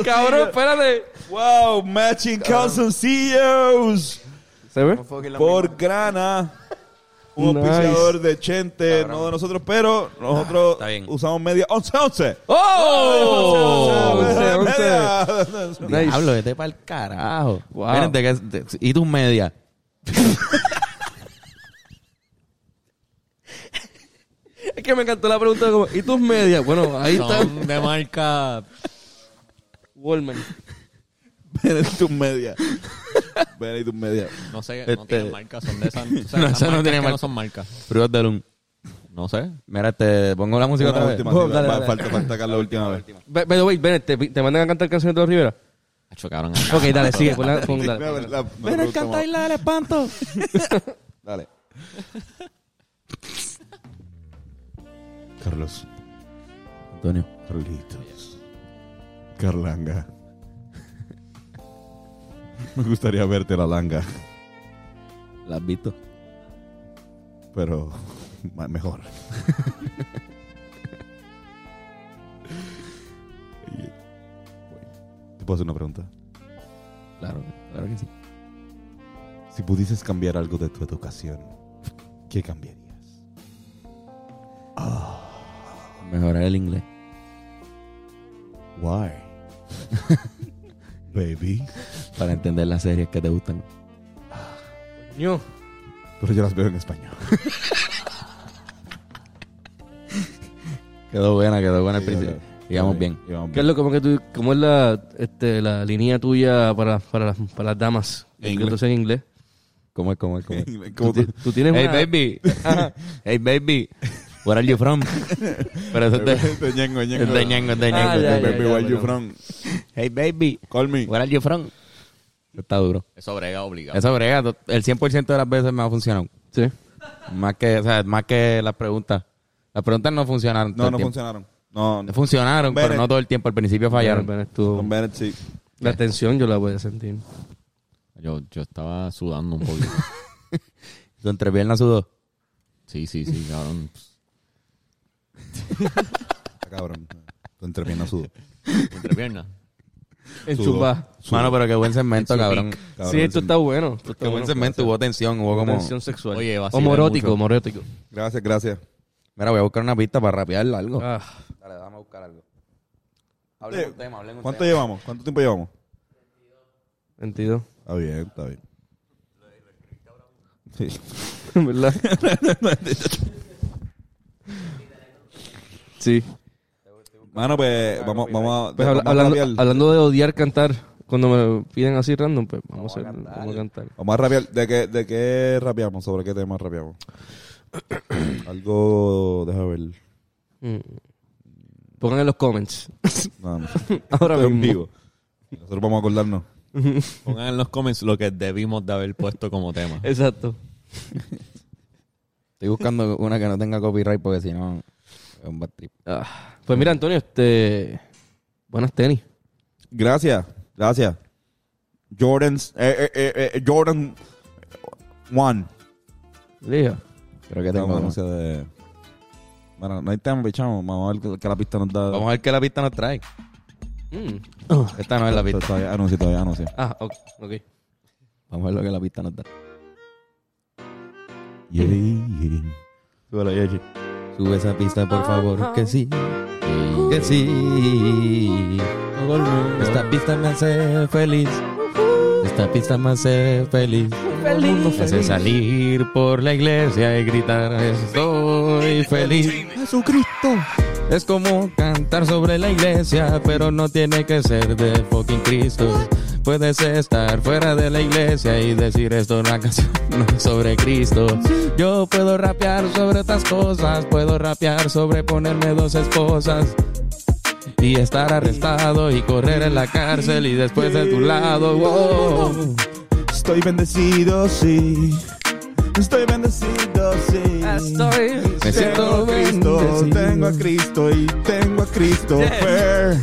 S3: Cabrón, espérate.
S2: Wow, matching calzoncillos.
S3: ¿Se ve?
S2: Por grana. Un
S3: Nice.
S2: auspiciador de Chente, no de nosotros, pero nosotros
S1: está bien.
S2: usamos media 11-11.
S3: ¡Oh!
S2: Media- [laughs]
S3: 11-11.
S2: media-
S3: Nice.
S1: Diablo, vete para el carajo.
S3: Wow.
S1: Espérate, que es- de- y tus medias.
S3: Es que me encantó la pregunta. Como, ¿Y tus medias? Bueno, ahí está.
S4: Son de marca.
S3: Wallman.
S2: Ven y tus
S3: [laughs]
S2: medias. Ven y tus medias.
S4: No sé, no
S1: Este-
S4: tienen marca. Son de esas. o sea,
S1: No,
S4: esas
S1: esa no tiene
S4: marcas que
S1: marca.
S4: No son marcas.
S1: Fruit de Lun.
S4: No sé.
S1: Mira, te pongo la música
S2: Una
S1: otra vez.
S2: última,
S3: Vamos,
S2: sí,
S3: dale,
S2: va-
S3: dale.
S2: Falta, falta acá la última vez.
S3: By by the way, Bennett, ¿te, te mandan a cantar canciones de los Rivera?
S4: Chocaron.
S3: Ok, dale, sigue. Pon la, pon,
S2: La-
S3: dale, pon,
S2: la- no, no, toma.
S1: la del espanto.
S2: [laughs] Dale. Carlos.
S1: Antonio.
S2: Carlitos. Carlanga. [laughs] Me gustaría verte la langa,
S1: ¿La has visto?
S2: pero ma- mejor. Y- bueno, ¿Te puedo hacer una pregunta?
S1: Claro, claro que sí.
S2: Si pudieses cambiar algo de tu educación, ¿qué cambiarías?
S1: Mejorar el inglés.
S2: Why? Baby.
S1: Para entender las series que te gustan.
S3: Ño.
S2: Pero yo las veo en español.
S1: Quedó buena, quedó buena al
S2: Sí,
S1: principio.
S2: ya, ya.
S1: Digamos bien.
S2: Íbamos
S3: ¿Qué
S2: bien.
S3: es lo como que tú, cómo es la, este, la línea tuya para, para, las, para las damas?
S2: En
S3: Porque
S2: inglés.
S3: tú sabes en inglés.
S1: ¿Cómo es, cómo es,
S2: [laughs]
S1: cómo es?
S2: ¿Cómo
S3: Tú,
S2: te-
S3: tú tienes
S1: Hey,
S3: una-
S1: baby. hey, baby. Where are you from? Pero eso te...
S2: Te ñengo, ñengo.
S1: Es de ñengo, es de ñengo.
S3: Ah, ya, ya,
S2: Baby,
S3: ya,
S2: where you
S3: perdón.
S2: from?
S1: Hey, baby.
S2: Call me.
S1: Where are you from? Está duro.
S4: Eso brega obligado.
S1: Esa brega, to- el 100% de las veces me ha funcionado.
S3: Sí.
S1: Más que, o sea, más que las preguntas. Las preguntas no funcionaron. todo
S2: No,
S1: el
S2: no
S1: tiempo.
S2: funcionaron. No, no.
S1: Funcionaron, pero
S2: Bennett.
S1: no todo el tiempo. Al principio fallaron.
S3: Bueno,
S2: Con
S3: tú-
S2: Bennett, sí.
S3: la tensión yo la voy a sentir.
S4: Yo, yo estaba sudando un poquito.
S1: Su entrepierna sudó.
S4: Sí, sí, sí, cabrón.
S2: Está Ah, cabrón. Tu entrepierna sudo.
S4: Entre piernas.
S3: En
S2: Sudó.
S3: chumba.
S1: Mano, pero qué buen segmento,
S4: Su
S1: cabrón.
S2: Cabrón,
S3: Sí, esto
S2: sí.
S3: está bueno. Esto está
S1: Qué buen
S3: bueno.
S1: segmento. Hubo tensión, hubo como...
S3: Tensión sexual.
S4: Oye,
S3: o
S4: vacilé
S3: morótico,
S4: mucho.
S3: morótico.
S2: Gracias, gracias.
S1: Mira, voy a buscar una pista para rapear algo.
S3: Ah,
S1: Dale, dame a buscar algo.
S2: Hablen un tema, ¿Cuánto llevamos? ¿Cuánto tiempo llevamos?
S3: sentido.
S2: Está bien, está bien. Sí.
S3: [laughs] ¿Verdad? sí.
S2: Mano, pues vamos, vamos a.
S3: Pues habla-
S2: vamos a
S3: hablando,
S2: rapear.
S3: hablando de odiar cantar, cuando me piden así random, pues vamos, a, cantar. vamos a cantar.
S2: Vamos a rapear. ¿De qué, ¿De qué rapeamos? ¿Sobre qué tema rapeamos? [coughs] Algo. Deja ver.
S3: Mm. Pongan en los comments.
S2: No, no. [laughs]
S3: Ahora
S2: Esto es en
S3: mismo.
S2: vivo. Nosotros vamos a acordarnos.
S4: Pongan en los comments lo que debimos de haber puesto como tema.
S3: Exacto.
S1: Estoy buscando una que no tenga copyright porque si no... Es un bad trip.
S3: Ah, Pues mira, Antonio, este. Buenas tenis.
S2: Gracias, gracias. Jordan's, eh, eh, eh, eh, Jordan One.
S3: Liga.
S1: Creo que tengo
S2: Vamos,
S1: una.
S2: no sé de- Bueno, no hay tema, pichamos. Vamos a ver que la pista nos da.
S1: Vamos a ver qué la pista nos trae.
S3: Mm.
S1: Esta no es la pista.
S2: Todavía anuncio, todavía anuncio.
S3: Ah, ok. ok.
S1: Vamos a ver lo que la pista nos da.
S2: Súbelo, Yoshi.
S1: Sube esa pista, por favor, que sí. Que sí. Esta pista me hace feliz. Esta pista me hace feliz. Me hace salir por la iglesia y gritar, estoy feliz. Jesucristo. Es como cantar sobre la iglesia, pero no tiene que ser de fucking Cristo. Puedes estar fuera de la iglesia y decir esto es una canción [laughs] no es sobre Cristo. Yo puedo rapear sobre otras cosas, puedo rapear sobre ponerme dos esposas y estar arrestado y correr en la cárcel y después de tu lado. wow.
S2: Estoy bendecido, sí. Estoy bendecido, sí.
S1: Me siento
S2: Tengo a Cristo,
S1: bendecido.
S2: tengo a Cristo y tengo a Christopher.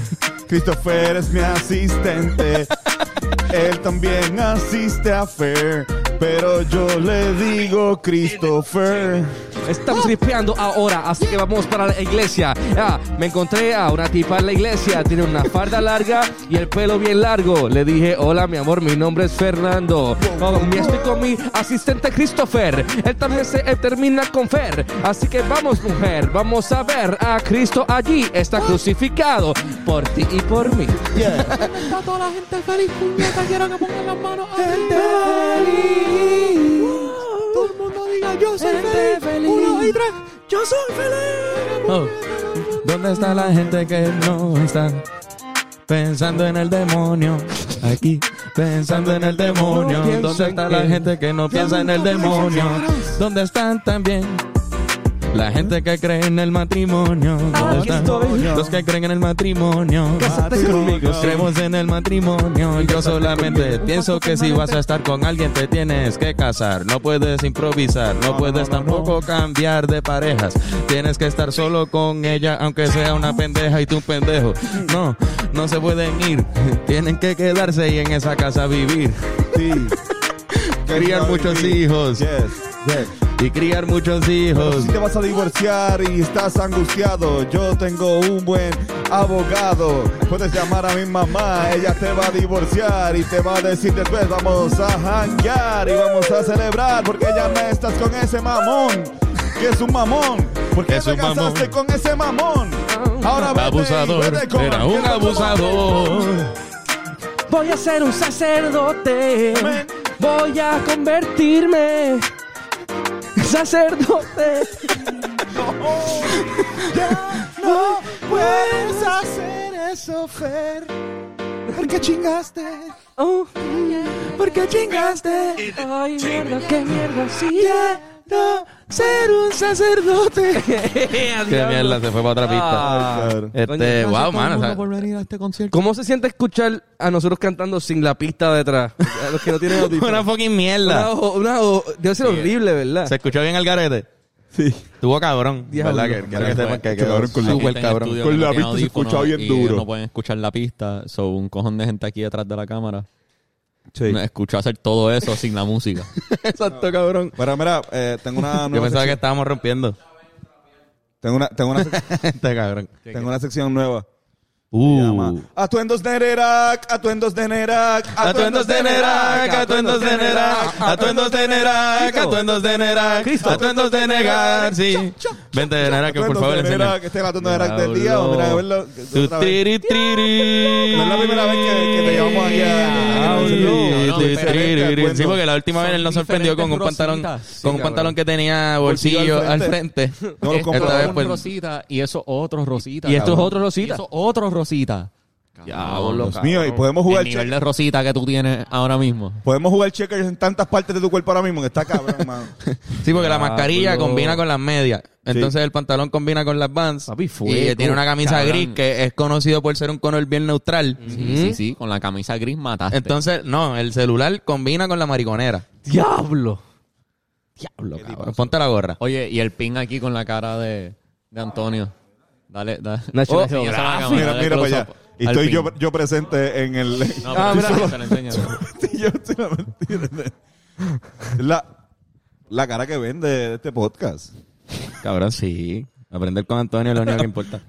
S2: Christopher es mi asistente. Él también asiste a Fair, pero yo le digo Christopher.
S3: Estamos ripeando ahora, así que vamos para la iglesia. Ah, me encontré a una tipa en la iglesia. Tiene una farda larga y el pelo bien largo. Le dije, hola, mi amor, mi nombre es Fernando. Oh, me estoy con mi asistente Christopher. Él también se eh, termina con Fer. Así que vamos, mujer, vamos a ver a Cristo allí. Está crucificado por ti y por mí.
S5: Está toda la gente feliz, puñeta, quiero que pongan las manos arriba. Wow. Todo el mundo diga, yo soy feliz. Uno y tres, yo soy feliz.
S1: oh. ¿Dónde está la gente que no está pensando en el demonio? Aquí, pensando en el demonio. ¿Dónde está la gente que no piensa en el demonio? ¿Dónde están también? La gente que cree en el matrimonio. ¿Dónde
S5: Aquí
S1: están
S5: estoy.
S1: Los que creen en el matrimonio.
S2: conmigo, sí.
S1: Creemos en el matrimonio. Yo solamente pienso que si vas a estar con alguien te tienes que casar. No puedes improvisar, no puedes tampoco cambiar de parejas. Tienes que estar solo con ella, aunque sea una pendeja y tú un pendejo. No, no se pueden ir. Tienen que quedarse y en esa casa vivir. [laughs]
S2: Sí.
S1: Criar muchos
S2: Sí.
S1: hijos.
S2: Yes, yes.
S1: Y criar muchos
S2: Pero
S1: hijos.
S2: Pues, si te vas a divorciar y estás angustiado, yo tengo un buen abogado. Puedes llamar a mi mamá, ella te va a divorciar y te va a decir después vamos a janguear y vamos a celebrar porque ya no estás con ese mamón, que es un mamón. ¿Por qué
S1: Es
S2: te
S1: un mamón.
S2: casaste con ese mamón? Ahora vete y
S1: Abusador.
S2: vete con
S1: Era un
S2: aquel otro
S1: abusador.
S5: Voy a ser un sacerdote.
S2: Men.
S5: Voy a convertirme. Sacerdote.
S2: Ya no puedes hacer eso, Fer. Porque chingaste.
S5: Oh, porque chingaste. Ay, mierda, qué mierda. Sí, no ser un
S3: [laughs]
S5: sacerdote.
S1: Qué mierda, se fue para otra pista.
S2: Claro.
S1: Este, wow, mano. o sea,
S3: ¿Cómo se siente escuchar a nosotros cantando sin la pista detrás? A los que
S1: [laughs]
S3: no tienen audífonos.
S1: una fucking
S3: Una,
S1: mierda.
S3: o- una, o- debe ser horrible, ¿verdad?
S1: Se escuchó bien el garete.
S2: Sí.
S1: Estuvo cabrón.
S3: Diablo.
S1: ¿Verdad? Que,
S2: Cabrón,
S1: que-
S2: fue-
S1: que- que-
S2: cabrón con la-
S1: súper
S4: Gente en el
S1: cabrón.
S4: estudio
S2: Con
S4: que no
S2: la
S4: tiene
S2: pista se
S4: audífonos
S2: escuchaba bien
S4: y
S2: duro.
S4: No
S2: [laughs]
S4: pueden escuchar la pista. So, un cojón de gente aquí detrás de la cámara.
S2: Sí.
S4: Me escuchó hacer todo eso sin
S5: [laughs]
S4: la música.
S3: Exacto, cabrón.
S2: Bueno, mira, eh, tengo
S1: [laughs]
S2: una
S1: Yo
S2: nueva
S1: pensaba que
S2: sección.
S1: estábamos
S2: [laughs]
S1: rompiendo.
S2: Tengo una, tengo
S1: [laughs]
S2: una, sec-
S1: Este cabrón.
S2: tengo una sección nueva. Se llama
S1: Uh.
S2: Atuendos de Nerac, Atuendos de Nerac,
S1: Atuendos de Nerac, atuendos de Nerac, atuendos de Nerac, atuendos de Nerac, atuendos de Negar, sí. Vente de Nerac, por
S2: Atuendos
S1: favor,
S2: de
S1: enseña.
S2: Nerac, Este es el Atuendo de Nerac del día. Vamos a verlo.
S1: Tu
S2: otra vez.
S1: tiri tiri.
S2: No es la primera vez que, que te llevamos aquí a...
S1: Diablo.
S2: No, no,
S1: Tiri, tiri,
S2: diferente,
S1: tiri. Ah, Sí,
S2: atuendo.
S1: porque la última vez él nos sorprendió con un
S5: diferentes
S1: pantalón,
S5: rositas.
S1: con un pantalón que tenía bolsillo
S2: Bolsillo
S1: al
S2: al
S1: frente.
S2: [laughs] No lo
S5: Esto
S2: compro.
S1: Esta vez,
S5: es un
S1: pues-
S5: Rosita y eso otro Rosita.
S3: Y esto es
S5: cabrón.
S3: otro Rosita.
S5: Y eso otro Rosita.
S4: Diablo,
S2: Dios mío, y podemos
S4: el
S2: jugar
S4: nivel
S2: che-
S4: de rosita que tú tienes ahora mismo.
S2: podemos jugar checkers en tantas partes de tu cuerpo ahora mismo que
S1: [laughs]
S2: está cabrón, mano.
S1: Sí, porque la mascarilla
S3: Diablo.
S1: combina con las medias. Entonces el pantalón combina con las Vans.
S3: Papi, fue,
S1: Y tiene una camisa
S4: cabrón.
S1: gris que es conocido por ser un color bien neutral.
S4: Sí, sí, sí. Con la camisa gris mataste.
S1: Entonces, no, el celular combina con la mariconera.
S3: ¡Diablo!
S1: Diablo, cabrón. Ponte la gorra.
S4: Oye, y el pin aquí con la cara de, de Antonio. Dale, dale.
S3: Nacho, Nacho.
S4: enséñala a la cámara,
S2: Mira,
S4: dale
S2: mira para allá.
S4: close-up
S2: Y
S4: al
S2: estoy
S4: pin.
S2: yo, yo presente en el...
S4: No,
S3: Ah,
S4: pero tú
S3: mira.
S4: solo se la enseñas.
S2: yo [laughs] estoy la mentira. La, la cara que vende de este podcast. [laughs]
S1: Cabrón, sí. Aprender con Antonio es lo único que importa.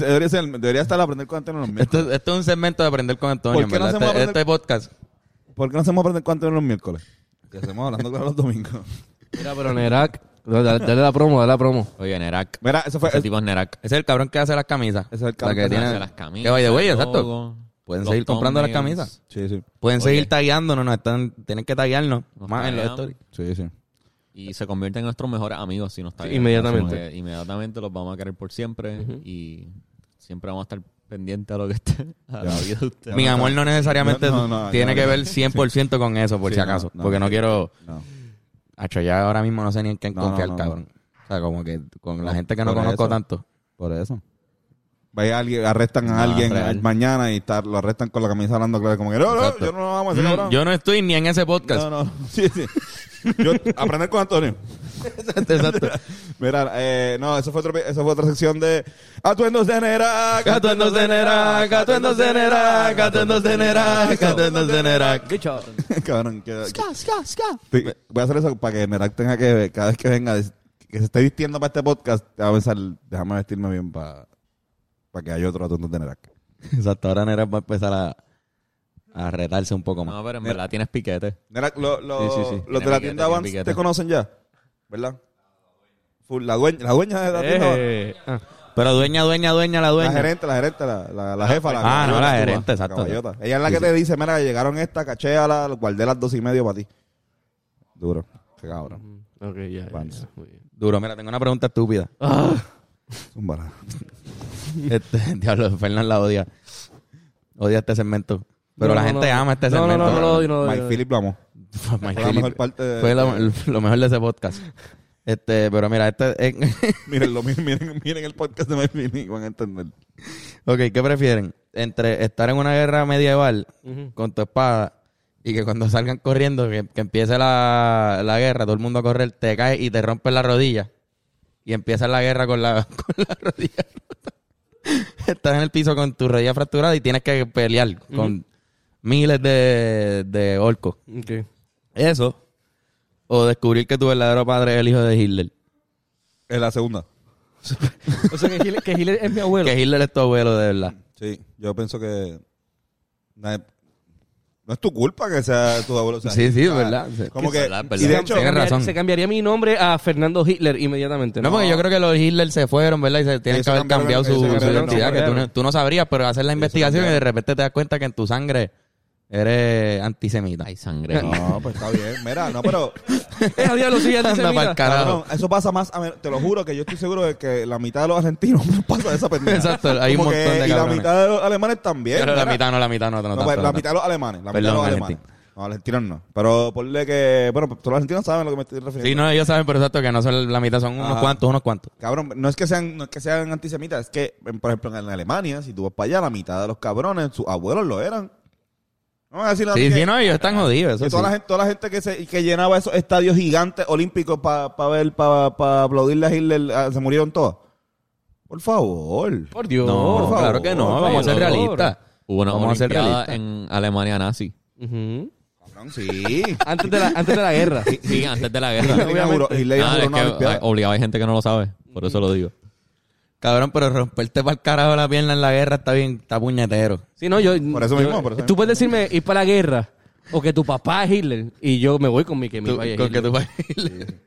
S2: Debería, ser, debería estar aprender con Antonio los miércoles.
S1: Esto, esto es un segmento de aprender con Antonio,
S2: ¿Por
S1: en
S2: qué no
S1: ¿verdad?
S2: hacemos
S1: este,
S2: aprender-
S1: este podcast.
S2: ¿Por qué no hacemos aprender con Antonio los miércoles? Que hacemos hablando claro los domingos.
S3: Mira, pero Nerak, dale, dale la promo, dale la promo.
S4: Oye, Nerak.
S2: Mira, eso fue...
S4: Ese tipo es Nerak.
S1: Ese es el cabrón que hace las camisas.
S2: Ese es el cabrón
S1: La
S2: que
S1: tiene-
S4: Hace las camisas.
S1: Que vaya de
S4: el
S1: exacto.
S4: logo,
S1: Pueden
S4: los
S1: seguir comprando las
S4: thumbnails.
S1: camisas.
S2: sí, sí.
S1: Pueden
S4: Oye.
S1: seguir tagueándonos, nos están, tienen que taguearnos.
S4: Nos
S1: más en los
S4: taguean.
S1: stories.
S2: Sí, sí.
S4: Y se convierten en nuestros mejores amigos si no está
S3: Sí,
S4: bien.
S3: inmediatamente.
S4: Como que Inmediatamente los vamos a querer por siempre y siempre vamos a estar pendientes a lo que esté, [laughs] a la vida de ustedes.
S1: Mi amor no necesariamente
S2: No, no, no,
S1: tiene
S2: ya,
S1: que
S2: ya.
S1: ver 100% con eso, por
S2: Sí,
S1: si acaso.
S2: no, no.
S1: porque no quiero...
S2: No.
S1: Hacho, ya ahora mismo no sé ni en quién
S2: No,
S1: confiar,
S2: no, no.
S1: cabrón. O sea, como que con la
S2: No,
S1: gente que no
S2: por
S1: conozco
S2: eso.
S1: tanto.
S2: Por eso. Vaya alguien, arrestan a
S4: No,
S2: alguien
S4: real.
S2: mañana y tal, lo arrestan con la camisa hablando claro. Como que no, no,
S1: Exacto.
S2: yo no lo vamos a hacer,
S1: Mm,
S2: cabrón. [laughs]
S1: yo no estoy ni en ese podcast.
S2: No, no. Sí, sí. Yo, aprender con Antonio.
S1: [laughs] Exacto.
S2: Mira, eh, no, eso fue, otro, eso fue otra sección de Atuendos de Nera.
S1: Catuendos de nera, catuendos de nera, catuendos de nera, catuendos de nera.
S2: [laughs] Cabrón, que, Sí, Voy a hacer eso para que Nerak tenga que, cada vez que venga, des- que se esté vistiendo para este podcast, te va a pensar, déjame vestirme bien para, para que haya otro atuendo de Nerak.
S1: Exacto, ahora Nera va a empezar a, a retarse un poco más.
S4: No, pero en verdad tienes piquete.
S2: Nerak, lo- lo-
S4: Sí, sí,
S2: los de
S4: sí. Tiene
S2: la
S4: piquete,
S2: tienda
S4: tiene
S2: Vans
S4: piquete.
S2: te conocen ya, ¿verdad? Full, la, dueña, la dueña de la tienda Vans.
S3: Eh, ah,
S1: Pero dueña, dueña, dueña, la
S2: La
S1: dueña.
S2: gerente, la gerente, la, la, la jefa. La
S1: Ah, no,
S2: caballota,
S1: la
S2: tú,
S1: gerente,
S2: ah,
S1: exacto.
S2: caballota. Ella es la que te dice, mira, llegaron esta, cachéala, guardé las dos y medio para ti. Duro. Qué cabrón.
S3: ok, ya, ya,
S2: Vans.
S3: ya, muy bien.
S1: Duro, mira, tengo una pregunta estúpida.
S2: Ah. Zúmbala.
S1: [laughs] Este, diablo, Fernán la odia. Odia este segmento. Pero
S3: No,
S1: la
S3: no,
S1: gente
S3: no.
S1: ama este
S3: No, no,
S1: segmento.
S3: no, no lo odio, no lo
S2: Mike
S1: eh.
S3: odio.
S2: Phillips lo amó.
S1: Fue My
S2: Fue la
S1: Philip.
S2: mejor parte de-
S1: Fue lo, lo mejor de ese podcast. Este, pero mira, este... [laughs] eh,
S2: Miren, lo, miren, miren, miren el podcast de Mike Phillips y van a entender.
S1: ok, ¿qué prefieren? Entre estar en una guerra medieval
S3: Ujú.
S1: con tu espada y que cuando salgan corriendo, que, que empiece la, la guerra, todo el mundo a correr, te caes y te rompes la rodilla. Y empieza la guerra con la, [laughs] con la rodilla rota. Estás en el piso con tu rodilla fracturada y tienes que pelear con miles de, de orcos.
S3: Ok.
S1: Eso. O descubrir que tu verdadero padre es el hijo de Hitler.
S2: Es la segunda.
S5: O sea, que Hitler, que Hitler es mi abuelo.
S1: Que Hitler es tu abuelo, de verdad.
S2: Sí, yo pienso que. na- No es tu culpa que sea tu abuelo. o sea,
S1: Sí, sí,
S2: o sea,
S1: verdad. Sí.
S2: Como
S4: Es
S2: que.
S4: verdad,
S2: Y de
S4: verdad.
S2: hecho,
S1: Tienes razón.
S3: Se cambiaría mi nombre a Fernando Hitler inmediatamente.
S1: No, porque yo creo que los Hitler se fueron, ¿verdad? Y se tienen
S2: Ellos
S1: que haber
S2: cambiaron-
S1: cambiado su,
S2: ellos
S1: su
S2: cambiaron
S1: identidad,
S2: nombre,
S1: que tú
S3: claro.
S1: no, tú no sabrías, pero haces la investigación y de repente te das cuenta que en tu sangre eres antisemita.
S4: Hay sangre.
S2: No, pues está bien. Mira, no, pero.
S3: [laughs] Eh, a diablo, sí,
S1: Anda pa'l
S3: antisemita.
S1: [laughs] carajo.
S2: cabrón, eso pasa más. a men- te lo juro que yo estoy seguro de que la mitad de los argentinos [laughs] pasa de esa pendeja.
S1: Exacto, hay un
S2: Como que-
S1: montón de
S2: Y la
S1: cabrones.
S2: mitad de los alemanes también.
S1: [laughs] Pero la
S2: mira.
S1: mitad no, la mitad no, no,
S2: No,
S1: tanto,
S2: pues,
S1: no
S2: la
S1: tanto.
S2: mitad de los alemanes. La mitad
S1: Perdón,
S2: de los alemanes.
S1: argentinos.
S2: No, argentinos no. Pero ponle que. Bueno, pues, todos los argentinos saben a lo que me estoy refiriendo.
S1: Sí, no, ellos saben, pero exacto que no son la mitad, son unos
S2: Ajá.
S1: cuantos, unos cuantos.
S2: Cabrón, no es que sean, no es que sean antisemitas, es que, en- por ejemplo, en Alemania, si tú vas para allá, la mitad de los cabrones, sus abuelos lo eran. No me vas a decir
S1: Sí,
S2: que-
S1: sí, no, ellos están jodidos,
S2: que
S1: eso
S2: toda, la
S1: sí.
S2: gente, toda la gente que se que llenaba esos estadios gigantes olímpicos para ver, para aplaudirle a Hitler, ah, se murieron todas. Por favor.
S3: Por Dios.
S1: No,
S2: favor,
S1: claro que no,
S2: por
S1: vamos a ser
S4: favor.
S1: realistas.
S4: Hubo una
S1: Vamos a ser
S4: olimpiada
S1: realistas.
S4: en Alemania nazi.
S3: Ujú.
S2: Cabrón, sí.
S3: Antes de la, antes de la guerra.
S4: Sí, antes de la guerra.
S2: Hitler inauguró, Hitler
S4: Ah,
S2: inauguró
S4: es
S2: una
S4: que,
S2: olimpiada.
S4: ah, obligado hay gente que no lo sabe. Por eso lo digo.
S1: Cabrón, pero romperte para el carajo la pierna en la guerra está bien, está puñetero.
S3: Sí, no, yo.
S2: Por eso
S3: yo-
S2: mismo, por eso
S3: Tú
S2: mismo.
S3: puedes decirme ir para la guerra o que tu papá es Hitler y yo me voy con mi que mi
S1: Tú-
S3: papá es
S1: con que
S3: Hitler.
S1: tú vas a Hitler.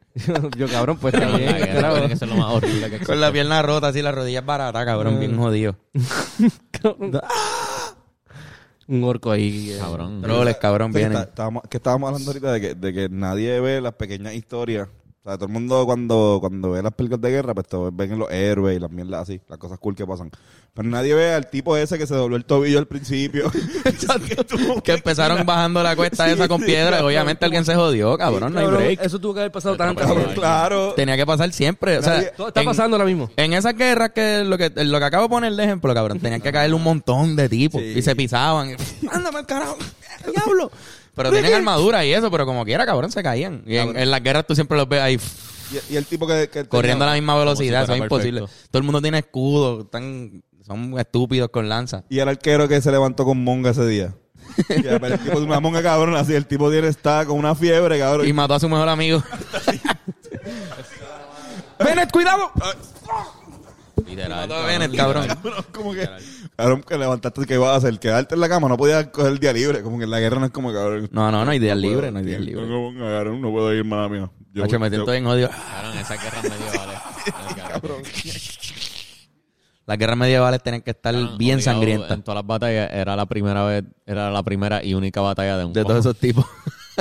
S3: [laughs] yo, cabrón, pues
S4: La
S3: está bien.
S4: guerra,
S3: carajo.
S4: tiene que ser lo más horrible que
S1: Con la pierna rota, así, las rodillas baratas, cabrón, bien jodido.
S3: Un orco ahí. eh.
S4: Cabrón.
S1: Troles, cabrón,
S2: Sí,
S1: vienen.
S2: está- estábamos- que estábamos hablando ahorita de que, de que nadie ve las pequeñas historias. O sea, todo el mundo cuando, cuando ve las películas de guerra, pues todos ven los héroes y las mierdas así, las cosas cool que pasan. Pero nadie ve al tipo ese que se dobló el tobillo al principio. [laughs]
S1: [laughs] Que empezaron bajando la cuesta esa con piedra. Obviamente alguien se jodió, cabrón. No hay
S3: Cabrón,
S1: break.
S3: Eso tuvo que haber pasado
S4: Pero,
S3: tanto.
S4: cabrón.
S3: cabrón.
S2: claro.
S1: Tenía que pasar siempre. O sea,
S2: Nadie-
S3: Todo está
S1: en-
S3: pasando ahora mismo.
S1: En esas guerras que lo que lo que acabo de poner de ejemplo, cabrón, tenían que caer un montón de tipos y se pisaban. Ándame al carajo, diablo. Pero tienen armadura y eso, pero como quiera, cabrón, se caían. Y en, en las guerras tú siempre los ves ahí pff,
S2: Y, y el tipo que... que
S1: corriendo a
S2: tenía-
S1: la misma velocidad,
S4: si
S1: eso
S4: fuera
S1: es imposible.
S4: perfecto.
S1: Todo el mundo tiene escudo, están, son estúpidos con lanza.
S2: Y el arquero que se levantó con monga ese día.
S1: [laughs]
S2: Y el tipo de una monga cabrón así, el tipo tiene está con una fiebre cabrón.
S1: Y
S2: [laughs]
S1: mató a su mejor amigo. Bennett, cuidado.
S4: Literal.
S1: Mató a Bennett, cabrón.
S2: como que, cabrón, que levantaste, que ibas a hacer? Quedarte en la cama, no podías coger el día libre. Como que en la guerra no es como cabrón.
S1: No, no, no hay días libres, no hay días libres.
S2: Tengo un agarrón, no puedo ir, mala mía. Yo-
S1: Nacho, me
S2: yo-
S1: siento bien jodido.
S4: Cabrón, esas guerras medievales. Cabrón.
S1: Las guerras medievales tienen que estar bien
S4: Ah, Obligado,
S1: sangrientas.
S4: En todas las batallas era la primera vez, era la primera y única batalla de un
S1: De
S4: poco.
S1: todos esos tipos.